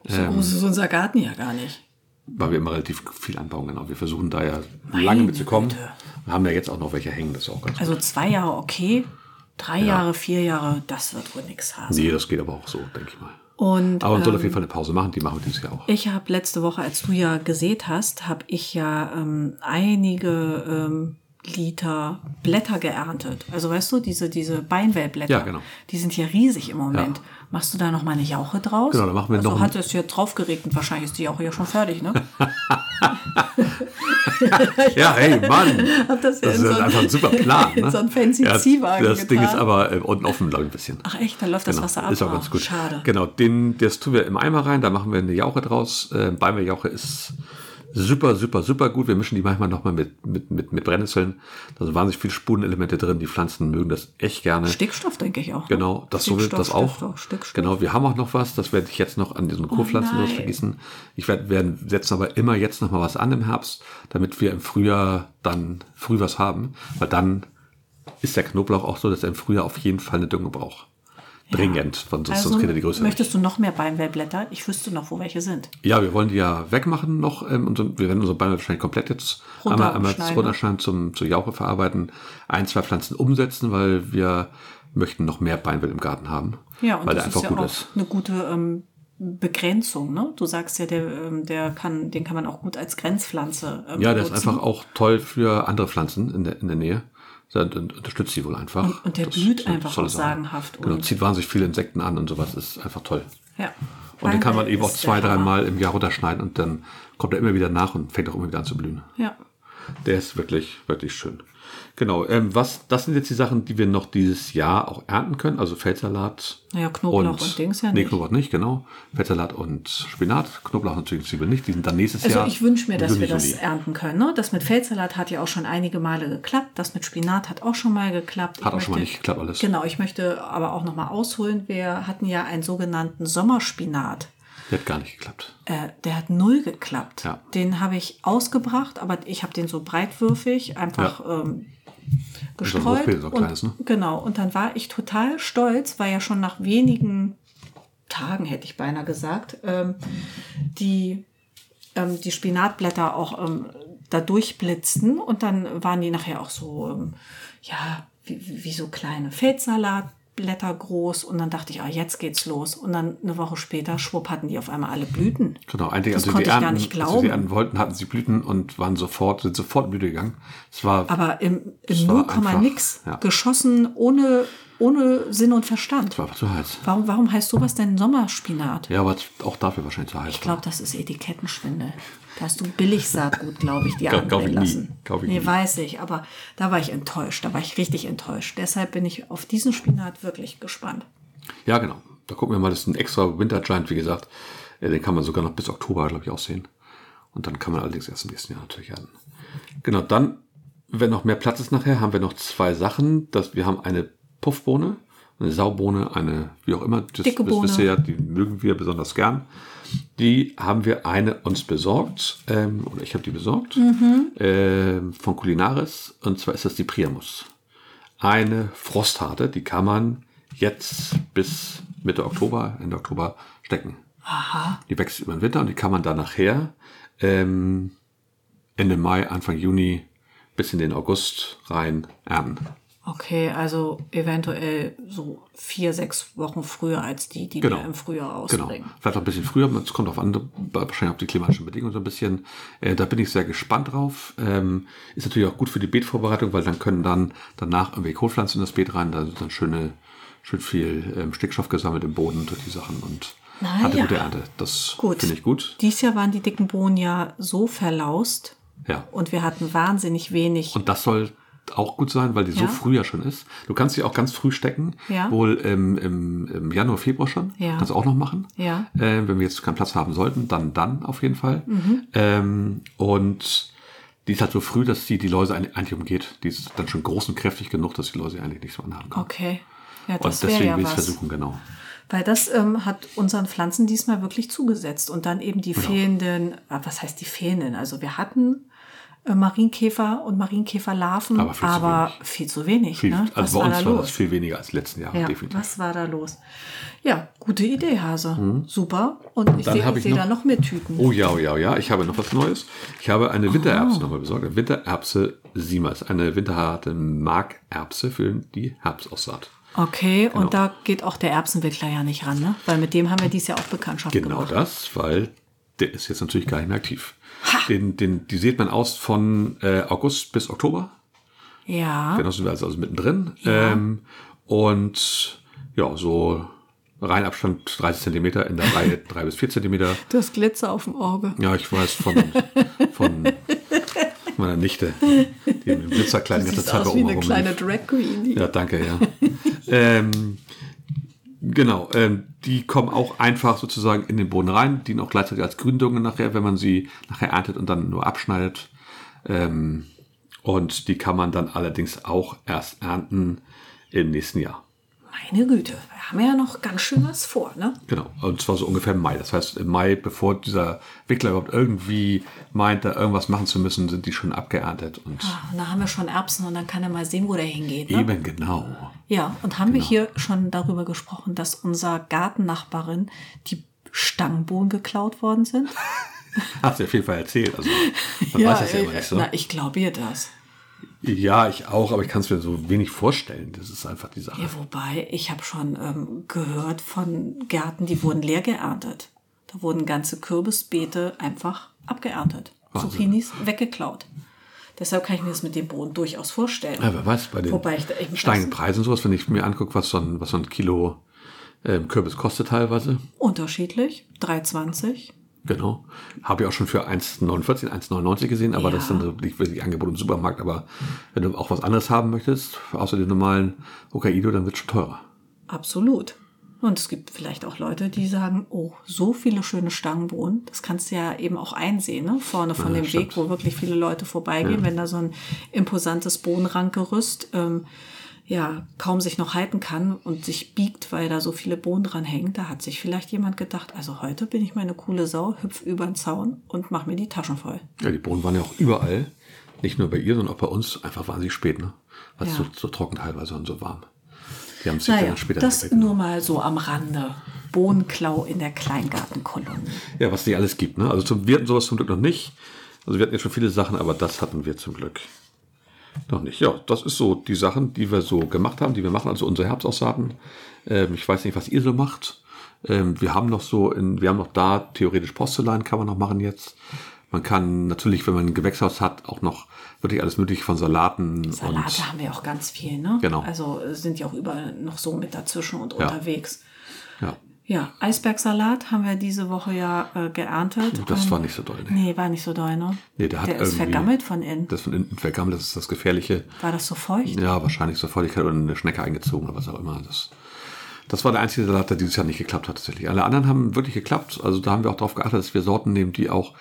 Speaker 2: So
Speaker 1: Ähm,
Speaker 2: groß ist unser Garten ja gar nicht.
Speaker 1: Weil wir immer relativ viel anbauen, genau. Wir versuchen da ja lange mitzukommen.
Speaker 2: Güte.
Speaker 1: Und haben ja jetzt auch noch welche hängen, das ist auch ganz
Speaker 2: Also zwei Jahre okay, Drei Jahre, vier Jahre, das wird wohl nix haben.
Speaker 1: Nee, das geht aber auch so, denke ich mal.
Speaker 2: Und
Speaker 1: Aber man soll
Speaker 2: ähm,
Speaker 1: auf jeden Fall eine Pause machen, die machen wir dieses Jahr auch.
Speaker 2: ich habe letzte Woche, als du ja gesät hast, habe ich ja ähm, einige ähm, Liter Blätter geerntet. Also weißt du, diese, diese Beinwellblätter,
Speaker 1: Ja, genau.
Speaker 2: die sind ja riesig im Moment.
Speaker 1: Ja.
Speaker 2: Machst du da noch mal eine Jauche draus?
Speaker 1: Genau, dann machen wir
Speaker 2: also
Speaker 1: noch ein-
Speaker 2: hat es ja drauf geregnet, wahrscheinlich ist die Jauche ja schon fertig, ne?
Speaker 1: Ja, hey, Mann!
Speaker 2: Hab das ja
Speaker 1: Das
Speaker 2: in
Speaker 1: ist
Speaker 2: so ein-
Speaker 1: einfach ein super Plan.
Speaker 2: in
Speaker 1: Ne?
Speaker 2: so einen fancy
Speaker 1: Ja,
Speaker 2: Ziehwagen
Speaker 1: Das Ding ist
Speaker 2: getan.
Speaker 1: aber äh, unten offen, glaube ich, ein bisschen.
Speaker 2: Ach echt, da läuft das
Speaker 1: Genau,
Speaker 2: Wasser ab.
Speaker 1: Ist auch
Speaker 2: Ah,
Speaker 1: ganz gut.
Speaker 2: Schade.
Speaker 1: Genau, den, das tun wir im Eimer rein, da machen wir eine Jauche draus. Äh, Beimeljauche ist super, super, super gut. Wir mischen die manchmal nochmal mit, mit, mit, mit Brennnesseln. Da sind wahnsinnig viele Spurenelemente drin. Die Pflanzen mögen das echt gerne.
Speaker 2: Stickstoff, denke ich auch. ne?
Speaker 1: Genau, das so wird das
Speaker 2: Stickstoff,
Speaker 1: auch.
Speaker 2: Stickstoff, Stickstoff. Oh
Speaker 1: Genau, wir haben auch noch was, das werde ich jetzt noch an diesen Kurpflanzen
Speaker 2: nein.
Speaker 1: los vergießen. Ich werde werden setzen aber immer jetzt noch mal was an im Herbst, damit wir im Frühjahr dann früh was haben, weil dann ist der Knoblauch auch so, dass er im Frühjahr auf jeden Fall eine Dünge braucht. Dringend, von sonst,
Speaker 2: Also
Speaker 1: sonst kriegt er die Größe nicht.
Speaker 2: möchtest du noch mehr Beinwellblätter? Ich wüsste noch, wo welche sind.
Speaker 1: Ja, wir wollen die ja wegmachen noch. Ähm, und so- wir werden unsere Beine wahrscheinlich komplett jetzt einmal, einmal
Speaker 2: Runterschneiden.
Speaker 1: runterschneiden zum, zur Jauche verarbeiten. Ein, zwei Pflanzen umsetzen, weil wir möchten noch mehr Beinwild im Garten haben.
Speaker 2: Ja, und
Speaker 1: weil der
Speaker 2: das ist
Speaker 1: einfach
Speaker 2: ja
Speaker 1: gut
Speaker 2: auch
Speaker 1: ist.
Speaker 2: eine gute ähm, Begrenzung. Ne? Du sagst ja, der, ähm, der kann, den kann man auch gut als Grenzpflanze ähm,
Speaker 1: Ja, der ist
Speaker 2: nutzen.
Speaker 1: einfach auch toll für andere Pflanzen in der, in der Nähe. Dann dann unterstützt sie wohl einfach.
Speaker 2: Und- und der blüht
Speaker 1: ist eine
Speaker 2: einfach
Speaker 1: tolle
Speaker 2: auch
Speaker 1: Sache.
Speaker 2: sagenhaft
Speaker 1: Genau,
Speaker 2: und-
Speaker 1: zieht wahnsinnig viele Insekten an und sowas. Ist einfach toll.
Speaker 2: Ja.
Speaker 1: Und den kann man
Speaker 2: Beinwell
Speaker 1: eben auch
Speaker 2: ist
Speaker 1: zwei,
Speaker 2: der Hammer.
Speaker 1: dreimal im Jahr runterschneiden und dann kommt er immer wieder nach und fängt auch immer wieder an zu blühen.
Speaker 2: Ja.
Speaker 1: Der ist wirklich, wirklich schön. Genau, ähm, was, das sind jetzt die Sachen, die wir noch dieses Jahr auch ernten können. Also Feldsalat.
Speaker 2: Naja, Knoblauch und Dings ja
Speaker 1: nee,
Speaker 2: nicht.
Speaker 1: Knoblauch nicht, genau. Feldsalat und Spinat. Knoblauch natürlich Zwiebeln nicht. Die sind dann nächstes
Speaker 2: Also
Speaker 1: Jahr.
Speaker 2: ich wünsche mir, dass
Speaker 1: Juni,
Speaker 2: wir das
Speaker 1: Juli.
Speaker 2: ernten können. Ne? Das mit Feldsalat hat ja auch schon einige Male geklappt. Das mit Spinat hat auch schon mal geklappt.
Speaker 1: Hat
Speaker 2: Ich
Speaker 1: auch schon mal
Speaker 2: möchte-
Speaker 1: nicht geklappt alles.
Speaker 2: Genau, ich möchte aber auch noch mal ausholen. Wir hatten ja einen sogenannten Sommerspinat.
Speaker 1: Der hat gar nicht geklappt.
Speaker 2: Äh, der hat null geklappt.
Speaker 1: Ja.
Speaker 2: Den habe ich ausgebracht, aber ich habe den so breitwürfig einfach ähm,
Speaker 1: so ein
Speaker 2: gestreut.
Speaker 1: Hochbeet, so ein
Speaker 2: und,
Speaker 1: kleines, ne?
Speaker 2: Genau, und dann war ich total stolz, weil ja schon nach wenigen Tagen, hätte ich beinahe gesagt, ähm, die, ähm, die Spinatblätter auch ähm, da durchblitzten und dann waren die nachher auch so, ähm, ja, wie, wie- wie so kleine Feldsalatblätter groß und dann dachte ich, ah, jetzt geht's los. Und dann eine Woche später, schwupp, hatten die auf einmal alle Blüten.
Speaker 1: Genau, eigentlich, als
Speaker 2: das
Speaker 1: wir die
Speaker 2: konnte ich
Speaker 1: ernten,
Speaker 2: gar nicht
Speaker 1: Als wir die
Speaker 2: glauben.
Speaker 1: ernten wollten, hatten sie Blüten und waren sofort, sind sofort in Blüte gegangen. Es war,
Speaker 2: Aber im, im
Speaker 1: Es war
Speaker 2: 0,
Speaker 1: einfach,
Speaker 2: nix
Speaker 1: ja.
Speaker 2: geschossen ohne, ohne Sinn und Verstand.
Speaker 1: es war einfach zu heiß.
Speaker 2: Warum, warum heißt sowas denn Sommerspinat?
Speaker 1: Ja, aber auch dafür wahrscheinlich zu heiß.
Speaker 2: Ich glaube, das ist Etikettenschwindel. Da hast du Billigsaatgut, glaube ich, dir
Speaker 1: Glaub- glaub
Speaker 2: anbringen
Speaker 1: ich nie.
Speaker 2: lassen.
Speaker 1: Glaub ich
Speaker 2: nee,
Speaker 1: nie.
Speaker 2: weiß ich, aber da war ich enttäuscht. Da war ich richtig enttäuscht. Deshalb bin ich auf diesen Spinat wirklich gespannt.
Speaker 1: Ja, genau. Da gucken wir mal, das ist ein extra Winter Giant, wie gesagt. Äh, Den kann man sogar noch bis Oktober, glaube ich, aussehen. Und dann kann man allerdings erst im nächsten Jahr natürlich ernten. Genau, dann, wenn noch mehr Platz ist nachher, haben wir noch zwei Sachen. Das, wir haben eine Puffbohne, eine Saubohne, eine, wie auch immer, das,
Speaker 2: Dicke
Speaker 1: das
Speaker 2: Bohne.
Speaker 1: wisst ihr ja, die mögen wir besonders gern. Die haben wir eine uns besorgt, ähm, oder ich habe die besorgt,
Speaker 2: Mhm.
Speaker 1: ähm, von Kulinaris. Und zwar ist das die Priamus eine Frostharte, die kann man jetzt bis Mitte Oktober, Ende Oktober stecken. Aha. Die wächst über den Winter und die kann man dann nachher ähm, Ende Mai, Anfang Juni bis in den August rein ernten.
Speaker 2: Okay, also eventuell so vier, sechs Wochen früher als die, die
Speaker 1: Genau.
Speaker 2: wir im Frühjahr
Speaker 1: Genau.
Speaker 2: ausbringen.
Speaker 1: Vielleicht auch ein bisschen früher, es kommt auf andere, wahrscheinlich auf die klimatischen Bedingungen so ein bisschen. Äh, da bin ich sehr gespannt drauf. Ähm, ist natürlich auch gut für die Beetvorbereitung, weil dann können dann danach irgendwie Kohlpflanzen in das Beet rein, da sind dann schöne, schön viel ähm, Stickstoff gesammelt im Boden durch die Sachen und
Speaker 2: Na
Speaker 1: hat eine
Speaker 2: ja.
Speaker 1: gute Ernte. Das
Speaker 2: Gut.
Speaker 1: finde ich gut.
Speaker 2: Dies Jahr waren die dicken Bohnen ja so verlaust
Speaker 1: Ja.
Speaker 2: und wir hatten wahnsinnig wenig.
Speaker 1: Und das soll auch gut sein, weil die so
Speaker 2: Ja.
Speaker 1: früh ja schon ist. Du kannst sie auch ganz früh stecken,
Speaker 2: Ja.
Speaker 1: wohl ähm, im, im Januar, Februar schon.
Speaker 2: Ja.
Speaker 1: Kannst du auch noch machen.
Speaker 2: Ja.
Speaker 1: Äh, wenn wir jetzt keinen Platz haben sollten, dann dann auf jeden Fall.
Speaker 2: Mhm.
Speaker 1: Ähm, und die ist halt so früh, dass sie die Läuse ein- eigentlich umgeht. Die ist dann schon groß und kräftig genug, dass die Läuse eigentlich nichts mehr anhaben kann.
Speaker 2: okay. Ja,
Speaker 1: Und
Speaker 2: das wäre
Speaker 1: deswegen
Speaker 2: ja
Speaker 1: will ich es
Speaker 2: was.
Speaker 1: versuchen, genau.
Speaker 2: Weil das ähm, hat unseren Pflanzen diesmal wirklich zugesetzt. Und dann eben die
Speaker 1: Genau.
Speaker 2: fehlenden, ah, was heißt die fehlenden? Also wir hatten äh, Marienkäfer und Marienkäferlarven,
Speaker 1: Aber
Speaker 2: aber
Speaker 1: viel
Speaker 2: viel
Speaker 1: zu
Speaker 2: zu wenig. Viel zu wenig
Speaker 1: Viel,
Speaker 2: ne?
Speaker 1: also bei
Speaker 2: war
Speaker 1: uns
Speaker 2: da
Speaker 1: war
Speaker 2: los?
Speaker 1: das viel weniger als letzten Jahren,
Speaker 2: ja,
Speaker 1: definitiv.
Speaker 2: was war da los? Ja, gute Idee, Hase. Super. Und ich
Speaker 1: Mhm. Dann
Speaker 2: sehe
Speaker 1: hab
Speaker 2: ich
Speaker 1: ich
Speaker 2: seh da
Speaker 1: noch-
Speaker 2: noch mehr Tüten. Ah.
Speaker 1: Oh ja, oh ja, oh ja, ich habe noch was Neues. Ich habe eine Wintererbse nochmal besorgt. Eine Wintererbse Sima ist eine winterharte Markerbse für die Herbstaussaat.
Speaker 2: Okay,
Speaker 1: Genau.
Speaker 2: und da geht auch der Erbsenwickler ja nicht ran, ne? Weil mit dem haben wir dies Jahr auch Bekanntschaft
Speaker 1: Genau
Speaker 2: gemacht.
Speaker 1: das, weil der ist jetzt natürlich gar nicht mehr aktiv. Den, den, die sieht man aus von äh, August bis Oktober.
Speaker 2: Ja.
Speaker 1: Genau, sind wir also, also mittendrin. Ähm, und ja, so Reihenabstand 30 Zentimeter in der Reihe 3 bis 4 Zentimeter.
Speaker 2: Das Glitzer auf dem Auge.
Speaker 1: Ja, ich weiß von, von meiner Nichte, die im Blitzerkleid die
Speaker 2: Du
Speaker 1: ganze
Speaker 2: siehst
Speaker 1: Zeit bei
Speaker 2: aus wie
Speaker 1: oben
Speaker 2: eine
Speaker 1: rumlief.
Speaker 2: kleine Drag Queen.
Speaker 1: Ja, danke, ja. ähm, genau, ähm, die kommen auch einfach sozusagen in den Boden rein, dienen auch gleichzeitig als Gründungen nachher, wenn man sie nachher erntet und dann nur abschneidet. Ähm, und die kann man dann allerdings auch erst ernten im nächsten Jahr.
Speaker 2: Meine Güte, wir haben ja noch ganz schön was vor, ne?
Speaker 1: Genau, und zwar so ungefähr im Mai. Das heißt, im Mai, bevor dieser Wickler überhaupt irgendwie meint, da irgendwas machen zu müssen, sind die schon abgeerntet. Und
Speaker 2: Ah, und da haben wir schon Erbsen und dann kann er mal sehen, wo der hingeht. Ne?
Speaker 1: eben genau.
Speaker 2: Ja, und haben wir hier schon darüber gesprochen, dass unserer Gartennachbarin die Stangenbohnen geklaut worden sind?
Speaker 1: Hast du ja auf jeden Fall erzählt. Also, man weiß das ja immer nicht so.
Speaker 2: äh, Na, ich glaube ihr das.
Speaker 1: Ja, ich auch, aber ich kann es mir so wenig vorstellen. Das ist einfach die Sache.
Speaker 2: Ja, wobei, ich habe schon ähm, gehört von Gärten, die wurden leer geerntet. Da wurden ganze Kürbisbeete einfach abgeerntet.
Speaker 1: Wahnsinn.
Speaker 2: Zucchinis weggeklaut. Deshalb kann ich mir das mit dem Boden durchaus vorstellen.
Speaker 1: Ja, wer weiß, bei den
Speaker 2: Wobei ich da eben
Speaker 1: steigenden
Speaker 2: das-
Speaker 1: Preisen und sowas, wenn ich mir angucke, was so ein, was so ein Kilo ähm, Kürbis kostet teilweise.
Speaker 2: Unterschiedlich, 3,20.
Speaker 1: Genau. Habe ich auch schon für 1,49, 1,99 gesehen, aber das
Speaker 2: Ja.
Speaker 1: sind so nicht wirklich Angebote im Supermarkt. Aber wenn du auch was anderes haben möchtest, außer den normalen Hokkaido, dann wird schon teurer.
Speaker 2: Absolut. Und es gibt vielleicht auch Leute, die sagen, oh, so viele schöne Stangenbohnen, das kannst du ja eben auch einsehen, ne? vorne von
Speaker 1: Ja,
Speaker 2: dem
Speaker 1: stimmt.
Speaker 2: Weg, wo wirklich viele Leute vorbeigehen, wenn da so ein imposantes Bohnenrankgerüst ähm, ja kaum sich noch halten kann und sich biegt, weil da so viele Bohnen dran hängen, da hat sich vielleicht jemand gedacht, also heute bin ich meine coole Sau, hüpf über den Zaun und mach mir die Taschen voll.
Speaker 1: Ja, die Bohnen waren ja auch überall. Nicht nur bei ihr, sondern auch bei uns. Einfach wahnsinnig spät, ne? Weil es
Speaker 2: Ja.
Speaker 1: so, so trocken teilweise und so warm. Die haben sich
Speaker 2: Naja,
Speaker 1: dann später
Speaker 2: das
Speaker 1: entwickelt.
Speaker 2: nur mal so am Rande. Bohnenklau in der Kleingartenkolonie.
Speaker 1: Ja, was nicht alles gibt. Ne? Also zum, wir hatten sowas zum Glück noch nicht. Also wir hatten ja schon viele Sachen, aber das hatten wir zum Glück noch nicht. Ja, das ist so die Sachen, die wir so gemacht haben, die wir machen. Also unsere Herbstaussaaten. Ähm, ich weiß nicht, was ihr so macht. Ähm, wir haben noch so, in, wir haben noch da theoretisch Postulan kann man noch machen jetzt. Man kann natürlich, wenn man ein Gewächshaus hat, auch noch wirklich alles mögliche von Salaten
Speaker 2: Salate
Speaker 1: und
Speaker 2: haben wir auch ganz viel, ne?
Speaker 1: Genau.
Speaker 2: Also äh, sind ja auch überall noch so mit dazwischen und
Speaker 1: Ja.
Speaker 2: unterwegs.
Speaker 1: ja,
Speaker 2: Ja, Eisbergsalat haben wir diese Woche ja äh, geerntet.
Speaker 1: das
Speaker 2: Ähm,
Speaker 1: war nicht so doll. Ne?
Speaker 2: Nee, war nicht so doll, ne?
Speaker 1: Nee, der hat
Speaker 2: ist
Speaker 1: irgendwie-
Speaker 2: vergammelt von innen.
Speaker 1: Das von innen vergammelt, das ist das Gefährliche.
Speaker 2: War das so feucht?
Speaker 1: Ja, wahrscheinlich zur Feuchtigkeit oder eine Schnecke eingezogen oder was auch immer. Das, das war der einzige Salat, der dieses Jahr nicht geklappt hat tatsächlich. Alle anderen haben wirklich geklappt. Also da haben wir auch darauf geachtet, dass wir Sorten nehmen, die auch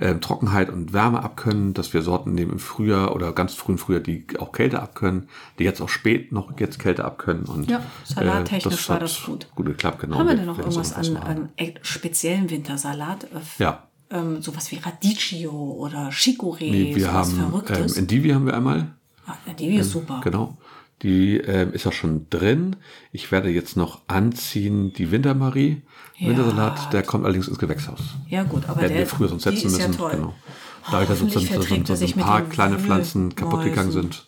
Speaker 1: ähm, Trockenheit und Wärme abkönnen, dass wir Sorten nehmen im Frühjahr oder ganz früh im Frühjahr, die auch Kälte abkönnen, die jetzt auch spät noch jetzt Kälte abkönnen. Und, äh,
Speaker 2: Ja, salattechnisch war
Speaker 1: hat
Speaker 2: das gut.
Speaker 1: Gut geklappt, genau.
Speaker 2: haben wir
Speaker 1: Wir-
Speaker 2: denn noch
Speaker 1: wir haben's
Speaker 2: irgendwas
Speaker 1: auch noch
Speaker 2: an,
Speaker 1: was machen.
Speaker 2: an e- speziellen Wintersalat? Äh, f-
Speaker 1: Ja.
Speaker 2: Ähm, sowas wie Radicchio oder Chicorée,
Speaker 1: Nee, wir
Speaker 2: sowas
Speaker 1: haben ähm,
Speaker 2: Verrücktes.
Speaker 1: Endivi haben wir einmal.
Speaker 2: ah, die ist super.
Speaker 1: Genau. Die ähm, ist ja schon drin. Ich werde jetzt noch anziehen die Wintermarie.
Speaker 2: Ja.
Speaker 1: Wintersalat, der kommt allerdings ins Gewächshaus.
Speaker 2: Ja gut, aber
Speaker 1: Hätten
Speaker 2: der
Speaker 1: wir früher sonst
Speaker 2: die
Speaker 1: setzen
Speaker 2: ist ja
Speaker 1: müssen.
Speaker 2: toll.
Speaker 1: Genau.
Speaker 2: Oh,
Speaker 1: Da ich da so, so,
Speaker 2: hoffentlich
Speaker 1: so,
Speaker 2: verträgt
Speaker 1: so,
Speaker 2: er
Speaker 1: so ein
Speaker 2: sich mit
Speaker 1: paar
Speaker 2: den
Speaker 1: kleine Pflanzen kaputt
Speaker 2: Wühlmäusen.
Speaker 1: gegangen sind.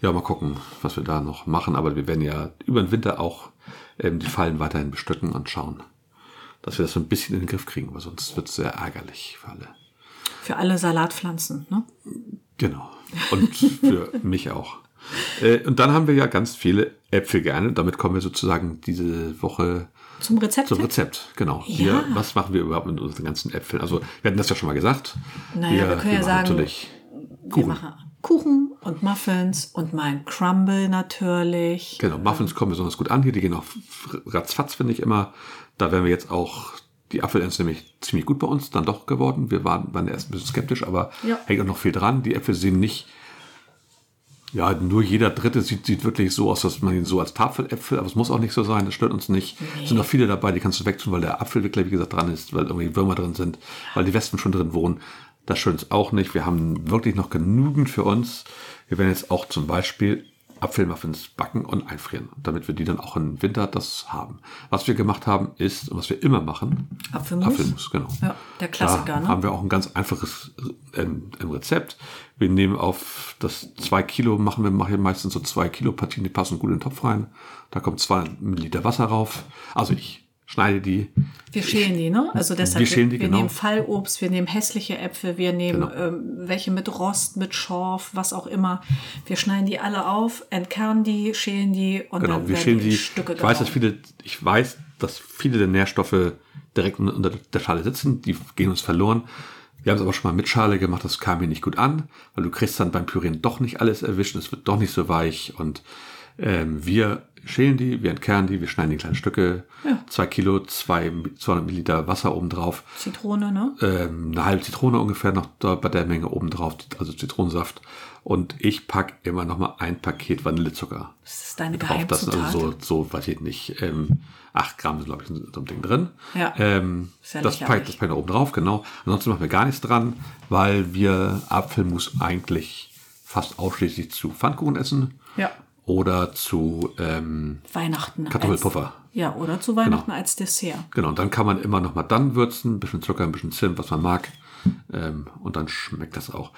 Speaker 1: Ja, mal gucken, was wir da noch machen. Aber wir werden ja über den Winter auch ähm, die Fallen weiterhin bestücken und schauen, dass wir das so ein bisschen in den Griff kriegen, weil sonst wird es sehr ärgerlich für alle.
Speaker 2: Für alle Salatpflanzen, ne?
Speaker 1: Genau. Und für mich auch. Äh, und dann haben wir ja ganz viele Äpfel geerntet. Damit kommen wir sozusagen diese Woche
Speaker 2: Zum Rezept.
Speaker 1: zum Rezept. Genau.
Speaker 2: Ja.
Speaker 1: Wir, was machen wir überhaupt mit unseren ganzen Äpfeln? Also, wir hatten das ja schon mal gesagt.
Speaker 2: Naja, wir können ja
Speaker 1: machen
Speaker 2: sagen,
Speaker 1: Natürlich
Speaker 2: Wir
Speaker 1: Kuchen.
Speaker 2: machen Kuchen und Muffins und mein Crumble natürlich.
Speaker 1: Genau, Muffins kommen besonders gut an hier. Die gehen auch f- ratzfatz, finde ich immer. Da werden wir jetzt auch, die Apfel ist nämlich ziemlich gut bei uns dann doch geworden. Wir waren, waren erst ein bisschen skeptisch, aber
Speaker 2: Ja.
Speaker 1: hängt auch noch viel dran. Die Äpfel sehen nicht, ja, nur jeder dritte sieht, sieht wirklich so aus, dass man ihn so als Tafeläpfel, aber es muss auch nicht so sein, das stört uns nicht. Es sind noch viele dabei, die kannst du wegtun, weil der Apfelwickler, wie gesagt, dran ist, weil irgendwie Würmer drin sind, weil die Wespen schon drin wohnen. Das stört uns auch nicht. Wir haben wirklich noch genügend für uns. Wir werden jetzt auch zum Beispiel Apfelmuffins backen und einfrieren, damit wir die dann auch im Winter das haben. Was wir gemacht haben ist, und was wir immer machen,
Speaker 2: Apfelmus.
Speaker 1: Apfelmus, genau.
Speaker 2: Ja, der Klassiker,
Speaker 1: Da
Speaker 2: ne?
Speaker 1: haben wir auch ein ganz einfaches ähm, ähm, Rezept. Wir nehmen auf das 2 Kilo, machen wir machen meistens so 2 Kilo Partien, die passen gut in den Topf rein. Da kommt 2 Milliliter Wasser rauf. Also ich schneide die.
Speaker 2: Wir schälen die, ne? Also deshalb,
Speaker 1: Wir schälen die,
Speaker 2: wir
Speaker 1: genau.
Speaker 2: nehmen Fallobst, wir nehmen hässliche Äpfel, wir nehmen
Speaker 1: Genau.
Speaker 2: ähm, welche mit Rost, mit Schorf, was auch immer. Wir schneiden die alle auf, entkernen die, schälen die und
Speaker 1: Genau, wir
Speaker 2: dann werden
Speaker 1: schälen
Speaker 2: die in
Speaker 1: die.
Speaker 2: Stücke
Speaker 1: Ich weiß, dass
Speaker 2: gehauen.
Speaker 1: viele, ich weiß, dass viele der Nährstoffe direkt un- unter der Schale sitzen. Die gehen uns verloren. Wir haben es aber schon mal mit Schale gemacht. Das kam mir nicht gut an, weil du kriegst dann beim Pürieren doch nicht alles erwischen. Es wird doch nicht so weich. Und ähm, wir schälen die, wir entkernen die, wir schneiden die in kleine Stücke. Zwei Kilo, zwei, 200 Milliliter Wasser obendrauf
Speaker 2: Zitrone, ne?
Speaker 1: ähm, eine halbe Zitrone ungefähr noch da bei der Menge oben drauf, also Zitronensaft. Und ich packe immer noch mal ein Paket Vanillezucker.
Speaker 2: Das ist deine
Speaker 1: drauf. Das sind
Speaker 2: Geheimzutat.
Speaker 1: also so, so, weiß ich nicht, ähm, 8 Gramm sind, glaube ich, in so einem Ding drin.
Speaker 2: Ja.
Speaker 1: Ähm,
Speaker 2: Ist ja
Speaker 1: das
Speaker 2: lächerlich.
Speaker 1: packe das pack ich noch oben drauf, genau. Ansonsten machen wir gar nichts dran, weil wir Apfelmus eigentlich fast ausschließlich zu Pfannkuchen essen.
Speaker 2: Ja.
Speaker 1: Oder zu, ähm,
Speaker 2: Weihnachten.
Speaker 1: Kartoffelpuffer.
Speaker 2: Als, ja, oder zu Weihnachten als Dessert.
Speaker 1: genau, und dann kann man immer noch mal dann würzen, ein bisschen Zucker, ein bisschen Zimt, was man mag. Ähm, und dann schmeckt das auch.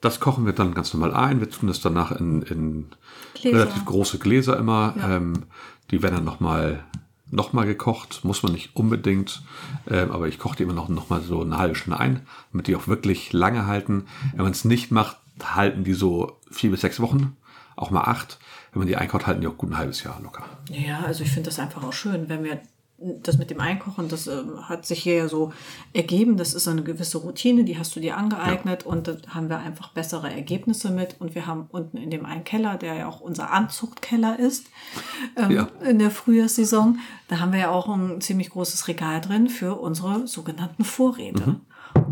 Speaker 1: Das kochen wir dann ganz normal ein. Wir tun das danach in, in
Speaker 2: Gläser.
Speaker 1: relativ große Gläser immer.
Speaker 2: Ja.
Speaker 1: Ähm, die werden dann nochmal noch mal gekocht. Muss man nicht unbedingt. Ähm, aber ich koche die immer noch, noch mal so eine halbe Stunde ein, damit die auch wirklich lange halten. Wenn man es nicht macht, halten die so vier bis sechs Wochen, auch mal acht. Wenn man die einkocht, halten die auch gut ein halbes Jahr locker.
Speaker 2: Ja, also ich finde das einfach auch schön, wenn wir das mit dem Einkochen, das ähm, hat sich hier ja so ergeben, das ist so eine gewisse Routine, die hast du dir angeeignet und da haben wir einfach bessere Ergebnisse mit und wir haben unten in dem einen Keller, der ja auch unser Anzuchtkeller ist, ähm,
Speaker 1: Ja.
Speaker 2: in der Frühjahrssaison, da haben wir ja auch ein ziemlich großes Regal drin für unsere sogenannten Vorräte.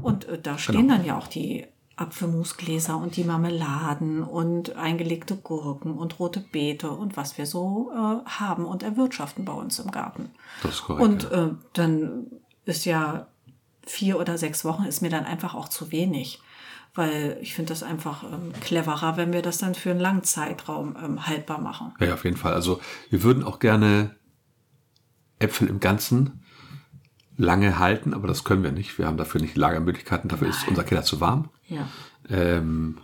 Speaker 2: Und äh, da stehen dann ja auch die Apfelmusgläser und die Marmeladen und eingelegte Gurken und rote Beete und was wir so äh, haben und erwirtschaften bei uns im Garten.
Speaker 1: Das ist korrekt.
Speaker 2: Und
Speaker 1: ja.
Speaker 2: äh, dann ist ja vier oder sechs Wochen ist mir dann einfach auch zu wenig. Weil ich finde das einfach ähm, cleverer, wenn wir das dann für einen langen Zeitraum ähm, haltbar machen.
Speaker 1: Ja, ja, auf jeden Fall. Also wir würden auch gerne Äpfel im Ganzen lange halten, aber das können wir nicht. Wir haben dafür nicht die Lagermöglichkeiten, dafür ist unser Keller zu warm.
Speaker 2: Ja.
Speaker 1: Ähm,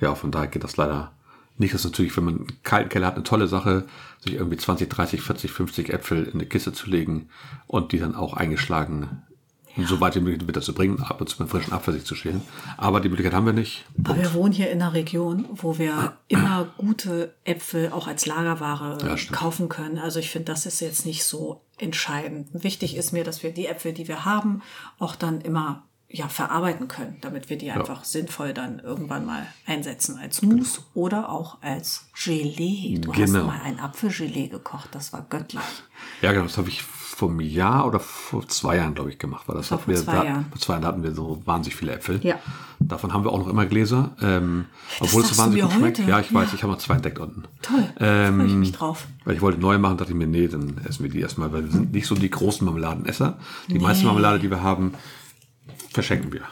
Speaker 1: ja, von daher geht das leider nicht. Das ist natürlich, wenn man einen kalten Keller hat, eine tolle Sache, sich irgendwie 20, 30, 40, 50 Äpfel in eine Kiste zu legen und die dann auch eingeschlagen so weit wie möglich wieder zu bringen, ab und zu mit frischen Apfel sich zu schälen. Aber die Möglichkeit haben wir nicht.
Speaker 2: Aber wir wohnen hier in einer Region, wo wir immer gute Äpfel auch als Lagerware
Speaker 1: Ja, stimmt.
Speaker 2: kaufen können. Also ich finde, das ist jetzt nicht so entscheidend. Wichtig ist mir, dass wir die Äpfel, die wir haben, auch dann immer ja, verarbeiten können, damit wir die einfach sinnvoll dann irgendwann mal einsetzen als Mousse oder auch als Gelee. Du hast
Speaker 1: Genau.
Speaker 2: mal ein Apfelgelee gekocht, das war göttlich.
Speaker 1: Ja, genau, das habe ich vom Jahr oder vor zwei Jahren, glaube ich, gemacht. Weil das
Speaker 2: War
Speaker 1: hatten
Speaker 2: vor
Speaker 1: wir,
Speaker 2: zwei
Speaker 1: da,
Speaker 2: Jahren.
Speaker 1: Vor zwei Jahren hatten wir so wahnsinnig viele Äpfel.
Speaker 2: Ja.
Speaker 1: Davon haben wir auch noch immer Gläser. Ähm,
Speaker 2: Das
Speaker 1: obwohl es so
Speaker 2: sagst du
Speaker 1: wahnsinnig
Speaker 2: mir
Speaker 1: gut schmeckt.
Speaker 2: heute.
Speaker 1: Ja, ich weiß, ich habe noch zwei entdeckt unten.
Speaker 2: Toll, freue ich
Speaker 1: Ähm,
Speaker 2: mich drauf.
Speaker 1: Weil ich wollte neu machen, dachte ich mir, nee, dann essen wir die erstmal, weil wir sind nicht so die großen Marmeladenesser. Die meiste Marmelade, die wir haben, verschenken wir.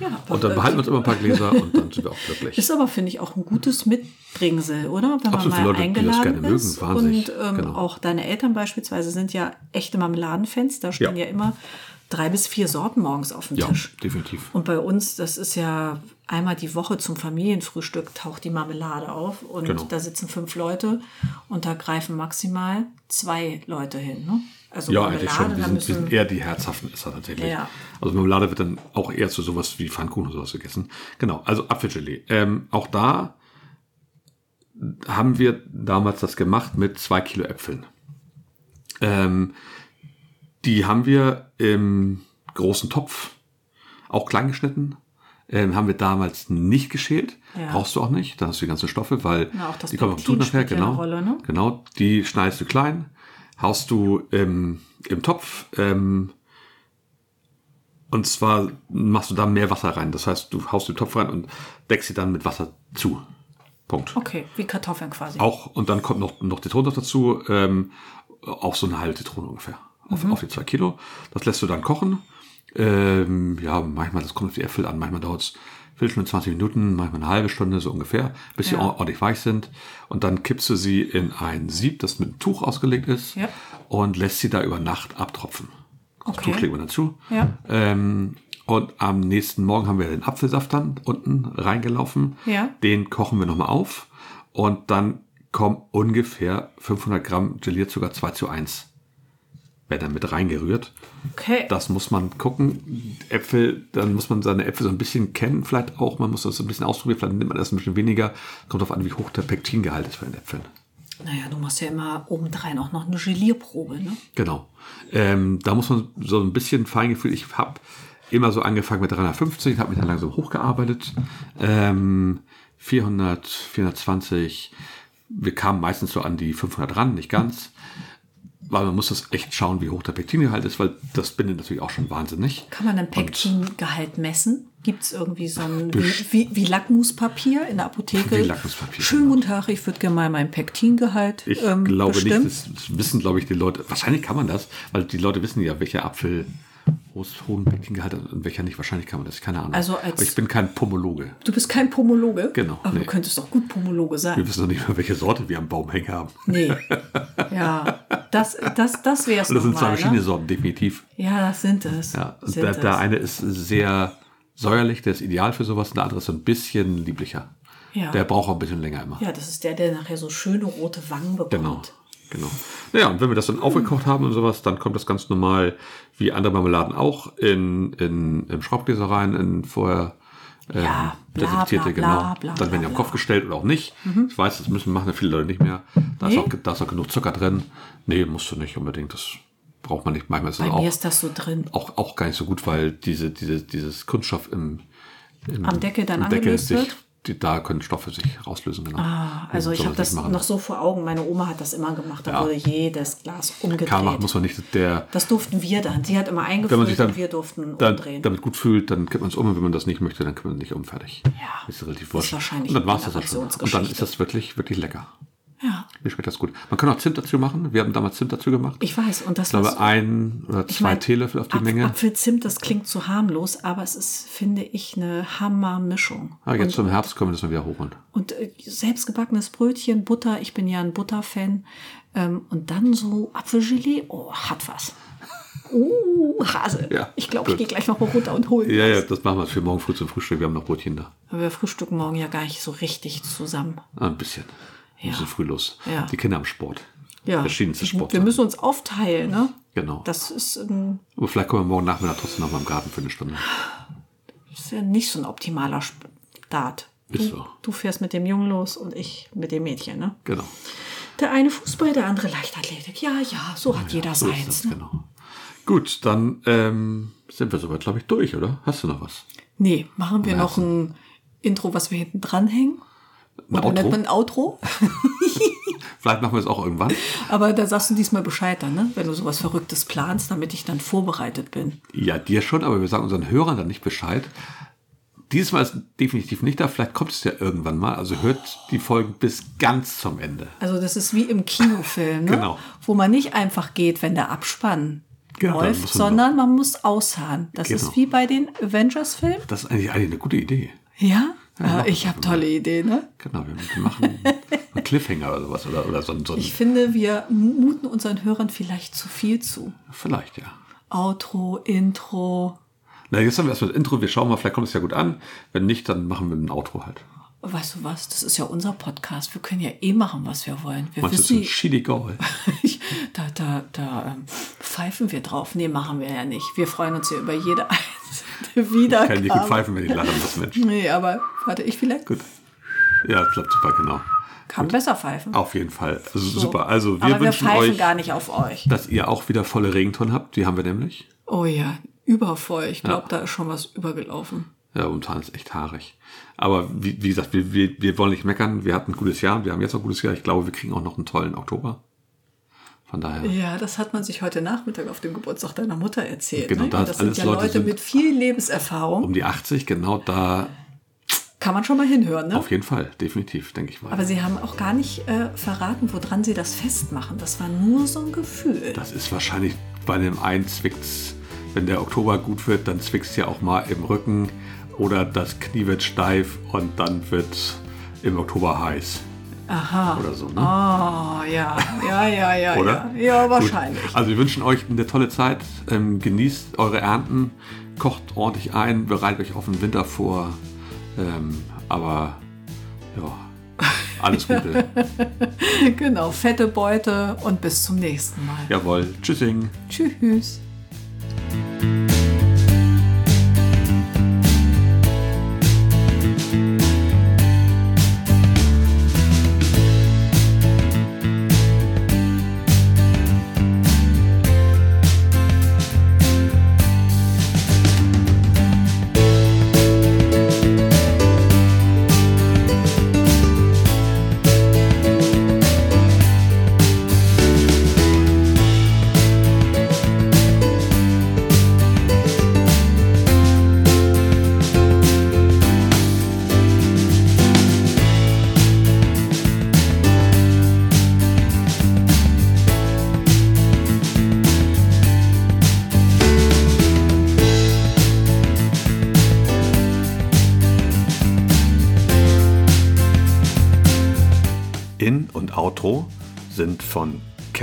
Speaker 2: Ja,
Speaker 1: Und dann
Speaker 2: aber-
Speaker 1: behalten wir uns immer ein paar Gläser und dann sind wir auch glücklich.
Speaker 2: Ist aber, finde ich, auch ein gutes Mitbringsel, oder? Wenn
Speaker 1: Absolut, für
Speaker 2: man mal
Speaker 1: Leute, die das
Speaker 2: eingeladen
Speaker 1: gerne
Speaker 2: ist.
Speaker 1: mögen, wahnsinnig,
Speaker 2: und ähm,
Speaker 1: genau.
Speaker 2: auch deine Eltern beispielsweise sind ja echte Marmeladenfans. Da stehen ja,
Speaker 1: Ja.
Speaker 2: immer drei bis vier Sorten morgens auf dem
Speaker 1: Ja,
Speaker 2: Tisch.
Speaker 1: definitiv.
Speaker 2: Und bei uns, das ist ja einmal die Woche zum Familienfrühstück, taucht die Marmelade auf. Und
Speaker 1: Genau.
Speaker 2: da sitzen fünf Leute und da greifen maximal zwei Leute hin. Ne? Also
Speaker 1: Ja, eigentlich schon. Wir
Speaker 2: da
Speaker 1: sind, wir sind
Speaker 2: müssen,
Speaker 1: eher die herzhaften Esser tatsächlich.
Speaker 2: Ja.
Speaker 1: Also Marmelade wird dann auch eher zu sowas wie Pfannkuchen oder sowas gegessen. Genau, also Apfelgelee. Ähm, auch da haben wir damals das gemacht mit zwei Kilo Äpfeln. Ähm, die haben wir im großen Topf auch klein geschnitten. Ähm, haben wir damals nicht geschält.
Speaker 2: Ja.
Speaker 1: Brauchst du auch nicht. Da hast du die ganzen Stoffe, weil
Speaker 2: Na, auch das
Speaker 1: die kommen auf den
Speaker 2: Pektin
Speaker 1: Tut nachher.
Speaker 2: spielt ja eine
Speaker 1: Genau,
Speaker 2: Rolle, ne?
Speaker 1: genau. Die schneidest du klein, haust du ähm, im Topf. Ähm, und zwar machst du da mehr Wasser rein. Das heißt, du haust den Topf rein und deckst sie dann mit Wasser zu. Punkt.
Speaker 2: okay, wie Kartoffeln quasi.
Speaker 1: Auch, und dann kommt noch, noch Zitrone noch dazu, ähm, auch so eine halbe Zitrone ungefähr. Auf,
Speaker 2: Mhm.
Speaker 1: auf die zwei Kilo. Das lässt du dann kochen. Ähm, ja, manchmal, das kommt auf die Äpfel an, manchmal dauert es Viertelstunde, 20 Minuten, manchmal eine halbe Stunde, so ungefähr, bis sie
Speaker 2: Ja.
Speaker 1: or- ordentlich weich sind. Und dann kippst du sie in ein Sieb, das mit einem Tuch ausgelegt ist
Speaker 2: Ja.
Speaker 1: und lässt sie da über Nacht abtropfen. Das
Speaker 2: Okay.
Speaker 1: Tuch legt man dazu.
Speaker 2: Ja.
Speaker 1: Ähm, und am nächsten Morgen haben wir den Apfelsaft dann unten reingelaufen.
Speaker 2: Ja.
Speaker 1: Den kochen wir nochmal auf. Und dann kommen ungefähr 500 Gramm Gelierzucker 2 zu 1. Wird dann mit reingerührt.
Speaker 2: Okay.
Speaker 1: Das muss man gucken. Äpfel, dann muss man seine Äpfel so ein bisschen kennen, vielleicht auch. Man muss das ein bisschen ausprobieren. Vielleicht nimmt man das ein bisschen weniger. Kommt darauf an, wie hoch der Pektingehalt ist bei den Äpfeln.
Speaker 2: Naja, du machst ja immer obendrein auch noch eine Gelierprobe, ne?
Speaker 1: Genau. Ähm, da muss man so ein bisschen Feingefühl. Ich habe immer so angefangen mit 350, habe mich dann langsam hochgearbeitet. Ähm, 400, 420. Wir kamen meistens so an die 500 ran, nicht ganz. Weil man muss das echt schauen, wie hoch der Pektingehalt ist, weil das bindet natürlich auch schon wahnsinnig.
Speaker 2: Kann man den
Speaker 1: Und-
Speaker 2: Pektingehalt messen? Gibt es irgendwie so ein
Speaker 1: Best-
Speaker 2: wie, wie, wie Lackmuspapier in der Apotheke?
Speaker 1: Wie Lackmuspapier, genau.
Speaker 2: Schönen guten Tag, ich würde gerne mal meinen Pektingehalt
Speaker 1: Ich
Speaker 2: ähm,
Speaker 1: glaube
Speaker 2: bestimmen.
Speaker 1: nicht, das, das wissen, glaube ich, die Leute. Wahrscheinlich kann man das, weil die Leute wissen ja, welcher Apfel hohes- hohen Pektingehalt hat und welcher nicht. Wahrscheinlich kann man das, keine Ahnung.
Speaker 2: Also als-
Speaker 1: Aber ich bin kein Pomologe.
Speaker 2: Du bist kein Pomologe.
Speaker 1: Genau,
Speaker 2: Aber
Speaker 1: nee.
Speaker 2: du könntest doch gut Pomologe
Speaker 1: Wir
Speaker 2: sein.
Speaker 1: wissen noch nicht mal, welche Sorte wir am Baum hängen haben. Also
Speaker 2: Nee. Ja, das, das, das wär's
Speaker 1: Das sind zwei
Speaker 2: nochmal,
Speaker 1: verschiedene
Speaker 2: ne?
Speaker 1: Sorten, definitiv.
Speaker 2: Ja, das sind es.
Speaker 1: Ja,
Speaker 2: sind
Speaker 1: der, der
Speaker 2: es.
Speaker 1: eine ist sehr säuerlich, der ist ideal für sowas, und der andere ist so ein bisschen lieblicher.
Speaker 2: Ja.
Speaker 1: Der braucht auch ein bisschen länger immer.
Speaker 2: ja, das ist der, der nachher so schöne rote Wangen bekommt.
Speaker 1: Genau. Genau. Naja, und wenn wir das dann aufgekocht haben und sowas, dann kommt das ganz normal, wie andere Marmeladen auch, in, in, im Schraubgläser rein, in vorher ähm,
Speaker 2: Ja, bla,
Speaker 1: desinfizierte,
Speaker 2: bla, bla,
Speaker 1: genau.
Speaker 2: bla,
Speaker 1: dann werden die
Speaker 2: bla,
Speaker 1: am
Speaker 2: bla.
Speaker 1: Kopf gestellt oder auch nicht. Ich weiß, das müssen machen viele Leute nicht mehr. Da, ist
Speaker 2: Nee?
Speaker 1: auch, da ist auch genug Zucker drin. Nee, musst du nicht unbedingt. Das braucht man nicht. Manchmal ist
Speaker 2: Bei
Speaker 1: es auch,
Speaker 2: mir ist das so drin.
Speaker 1: auch, auch gar nicht so gut, weil diese, diese, dieses Kunststoff im, im
Speaker 2: Am Deckel dann
Speaker 1: im Deckel
Speaker 2: angelöst
Speaker 1: sich,
Speaker 2: wird?
Speaker 1: die, da können Stoffe sich auslösen. Genau.
Speaker 2: Ah, also
Speaker 1: Soll
Speaker 2: ich habe
Speaker 1: man nicht
Speaker 2: das
Speaker 1: machen.
Speaker 2: noch so vor Augen. Meine Oma hat das immer gemacht. Da
Speaker 1: Ja.
Speaker 2: wurde jedes Glas umgedreht.
Speaker 1: Klar machen muss man nicht. Der,
Speaker 2: Das durften wir dann. Sie hat immer
Speaker 1: wenn man sich
Speaker 2: eingefüllt
Speaker 1: dann,
Speaker 2: und wir durften
Speaker 1: dann
Speaker 2: umdrehen.
Speaker 1: damit gut fühlt, dann kippt man es um und wenn man das nicht möchte, dann kippt man es nicht um. Fertig.
Speaker 2: Ja.
Speaker 1: Ist relativ
Speaker 2: Das ist
Speaker 1: wurscht.
Speaker 2: wahrscheinlich
Speaker 1: und dann
Speaker 2: eine
Speaker 1: war es das auch schon. Und dann
Speaker 2: Generationsgeschichte.
Speaker 1: ist das wirklich, wirklich lecker.
Speaker 2: ja,
Speaker 1: Mir schmeckt das gut. Man kann auch Zimt dazu machen. Wir haben damals Zimt dazu gemacht.
Speaker 2: ich weiß. Und das
Speaker 1: ich
Speaker 2: war so-
Speaker 1: glaube, ein oder
Speaker 2: ich
Speaker 1: zwei
Speaker 2: mein,
Speaker 1: Teelöffel auf die
Speaker 2: Apf-
Speaker 1: Menge.
Speaker 2: Apfelzimt, das klingt zu harmlos, aber es ist, finde ich, eine Hammermischung.
Speaker 1: Ah, jetzt zum Herbst können wir das mal wieder hochholen.
Speaker 2: Und äh, selbstgebackenes Brötchen, Butter. Ich bin ja ein Butterfan. Ähm, und dann so Apfelgelee. Oh, hat was. Uh, Hase.
Speaker 1: Ja,
Speaker 2: ich glaube, ich
Speaker 1: gut.
Speaker 2: gehe gleich noch mal runter und hole.
Speaker 1: Ja, ja, das machen wir für morgen früh zum Frühstück. Wir haben noch Brötchen da.
Speaker 2: Aber wir frühstücken morgen ja gar nicht so richtig zusammen.
Speaker 1: Ah, Ein bisschen. Ein
Speaker 2: Ja.
Speaker 1: bisschen früh los.
Speaker 2: Ja.
Speaker 1: Die Kinder am Sport.
Speaker 2: Ja,
Speaker 1: Verschiedenste Sport.
Speaker 2: wir müssen uns aufteilen, ne?
Speaker 1: Genau.
Speaker 2: Das ist, ähm,
Speaker 1: Aber vielleicht kommen wir morgen Nachmittag trotzdem noch mal im Garten für eine Stunde.
Speaker 2: ist ja nicht so ein optimaler Sp- Start.
Speaker 1: Ist
Speaker 2: Du-
Speaker 1: so.
Speaker 2: Du fährst mit dem Jungen los und ich mit dem Mädchen, ne?
Speaker 1: Genau.
Speaker 2: Der eine Fußball, der andere Leichtathletik. Ja, ja, so hat jeder
Speaker 1: So ist
Speaker 2: seins.
Speaker 1: das,
Speaker 2: ne?
Speaker 1: genau. Gut, dann ähm, sind wir soweit, glaube ich, durch, oder? Hast du noch was?
Speaker 2: Nee, machen wir noch ein Intro, was wir hinten dranhängen.
Speaker 1: Ein
Speaker 2: Oder nennt
Speaker 1: Outro?
Speaker 2: man ein Outro?
Speaker 1: Vielleicht machen wir es auch irgendwann.
Speaker 2: Aber da sagst du diesmal Bescheid dann, ne? Wenn du sowas Verrücktes planst, damit ich dann vorbereitet bin.
Speaker 1: Ja, dir schon, aber wir sagen unseren Hörern dann nicht Bescheid. Dieses Mal ist definitiv nicht da. Vielleicht kommt es ja irgendwann mal. Also hört die Folgen bis ganz zum Ende.
Speaker 2: Also das ist wie im Kinofilm, ne?
Speaker 1: Genau.
Speaker 2: wo man nicht einfach geht, wenn der Abspann
Speaker 1: Genau, dann
Speaker 2: läuft,
Speaker 1: muss man-
Speaker 2: sondern man muss ausharren. Das
Speaker 1: Genau.
Speaker 2: ist wie bei den Avengers-Filmen.
Speaker 1: Das ist eigentlich, eigentlich eine gute Idee.
Speaker 2: Ja,
Speaker 1: Ja,
Speaker 2: Äh, ich habe tolle Ideen. Ne?
Speaker 1: Genau, wir machen einen Cliffhanger oder sowas. Oder, oder so, ein- so ein,
Speaker 2: Ich finde, wir muten unseren Hörern vielleicht zu viel zu.
Speaker 1: Vielleicht, ja.
Speaker 2: Outro, Intro,
Speaker 1: Na, jetzt haben wir erstmal das Intro. Wir schauen mal, vielleicht kommt es ja gut an. Wenn nicht, dann machen wir ein Outro halt.
Speaker 2: weißt du was, das ist ja unser Podcast. Wir können ja eh machen, was wir wollen. Wir
Speaker 1: Meinst du, das ist
Speaker 2: wissen,
Speaker 1: ein shitty Goal?
Speaker 2: Ich- da, da, da ähm, pfeifen wir drauf. Nee, machen wir ja nicht. Wir freuen uns ja über jede einzelne
Speaker 1: Ich kann nicht gut
Speaker 2: Wiedergabe.
Speaker 1: pfeifen, wenn ich lachen muss, Mensch.
Speaker 2: Nee, aber warte, ich vielleicht
Speaker 1: Gut. Ja, klappt super, genau.
Speaker 2: kann besser pfeifen.
Speaker 1: Auf jeden Fall. Also,
Speaker 2: So.
Speaker 1: Super. Also wir
Speaker 2: aber
Speaker 1: wünschen
Speaker 2: wir pfeifen
Speaker 1: euch,
Speaker 2: gar nicht auf euch.
Speaker 1: dass ihr auch wieder volle Regentonnen habt. Die haben wir nämlich.
Speaker 2: Oh ja, übervoll. Ich glaube, da ist schon was übergelaufen.
Speaker 1: Ja, momentan ist echt haarig. Aber wie, wie gesagt, wir, wir, wir wollen nicht meckern. Wir hatten ein gutes Jahr. Wir haben jetzt auch ein gutes Jahr. Ich glaube, wir kriegen auch noch einen tollen Oktober. Von daher.
Speaker 2: Ja, das hat man sich heute Nachmittag auf dem Geburtstag deiner Mutter erzählt.
Speaker 1: Genau,
Speaker 2: ne?
Speaker 1: da
Speaker 2: Und
Speaker 1: ist
Speaker 2: das sind
Speaker 1: alles
Speaker 2: ja
Speaker 1: Leute
Speaker 2: Leute,
Speaker 1: sind-
Speaker 2: mit viel Lebenserfahrung.
Speaker 1: Um die 80, genau da.
Speaker 2: Kann man schon mal hinhören, ne?
Speaker 1: Auf jeden Fall. Definitiv, denke ich mal.
Speaker 2: Aber sie haben auch gar nicht äh, verraten, woran sie das festmachen. Das war nur so ein Gefühl.
Speaker 1: das ist wahrscheinlich bei dem einen zwickt's. Wenn der Oktober gut wird, dann zwickt's ja auch mal im Rücken Oder das Knie wird steif und dann wird im Oktober heiß.
Speaker 2: Aha.
Speaker 1: Oder so, ne?
Speaker 2: Oh, ja. Ja, ja, ja.
Speaker 1: Oder?
Speaker 2: Ja, ja
Speaker 1: Gut.
Speaker 2: wahrscheinlich.
Speaker 1: Also wir wünschen euch eine tolle Zeit. Ähm, genießt eure Ernten, kocht ordentlich ein, bereitet euch auf den Winter vor. Ähm, aber ja, alles Gute.
Speaker 2: Genau. Fette Beute und bis zum nächsten Mal.
Speaker 1: Jawohl. Tschüssing.
Speaker 2: Tschüss.
Speaker 1: In- und Outro sind von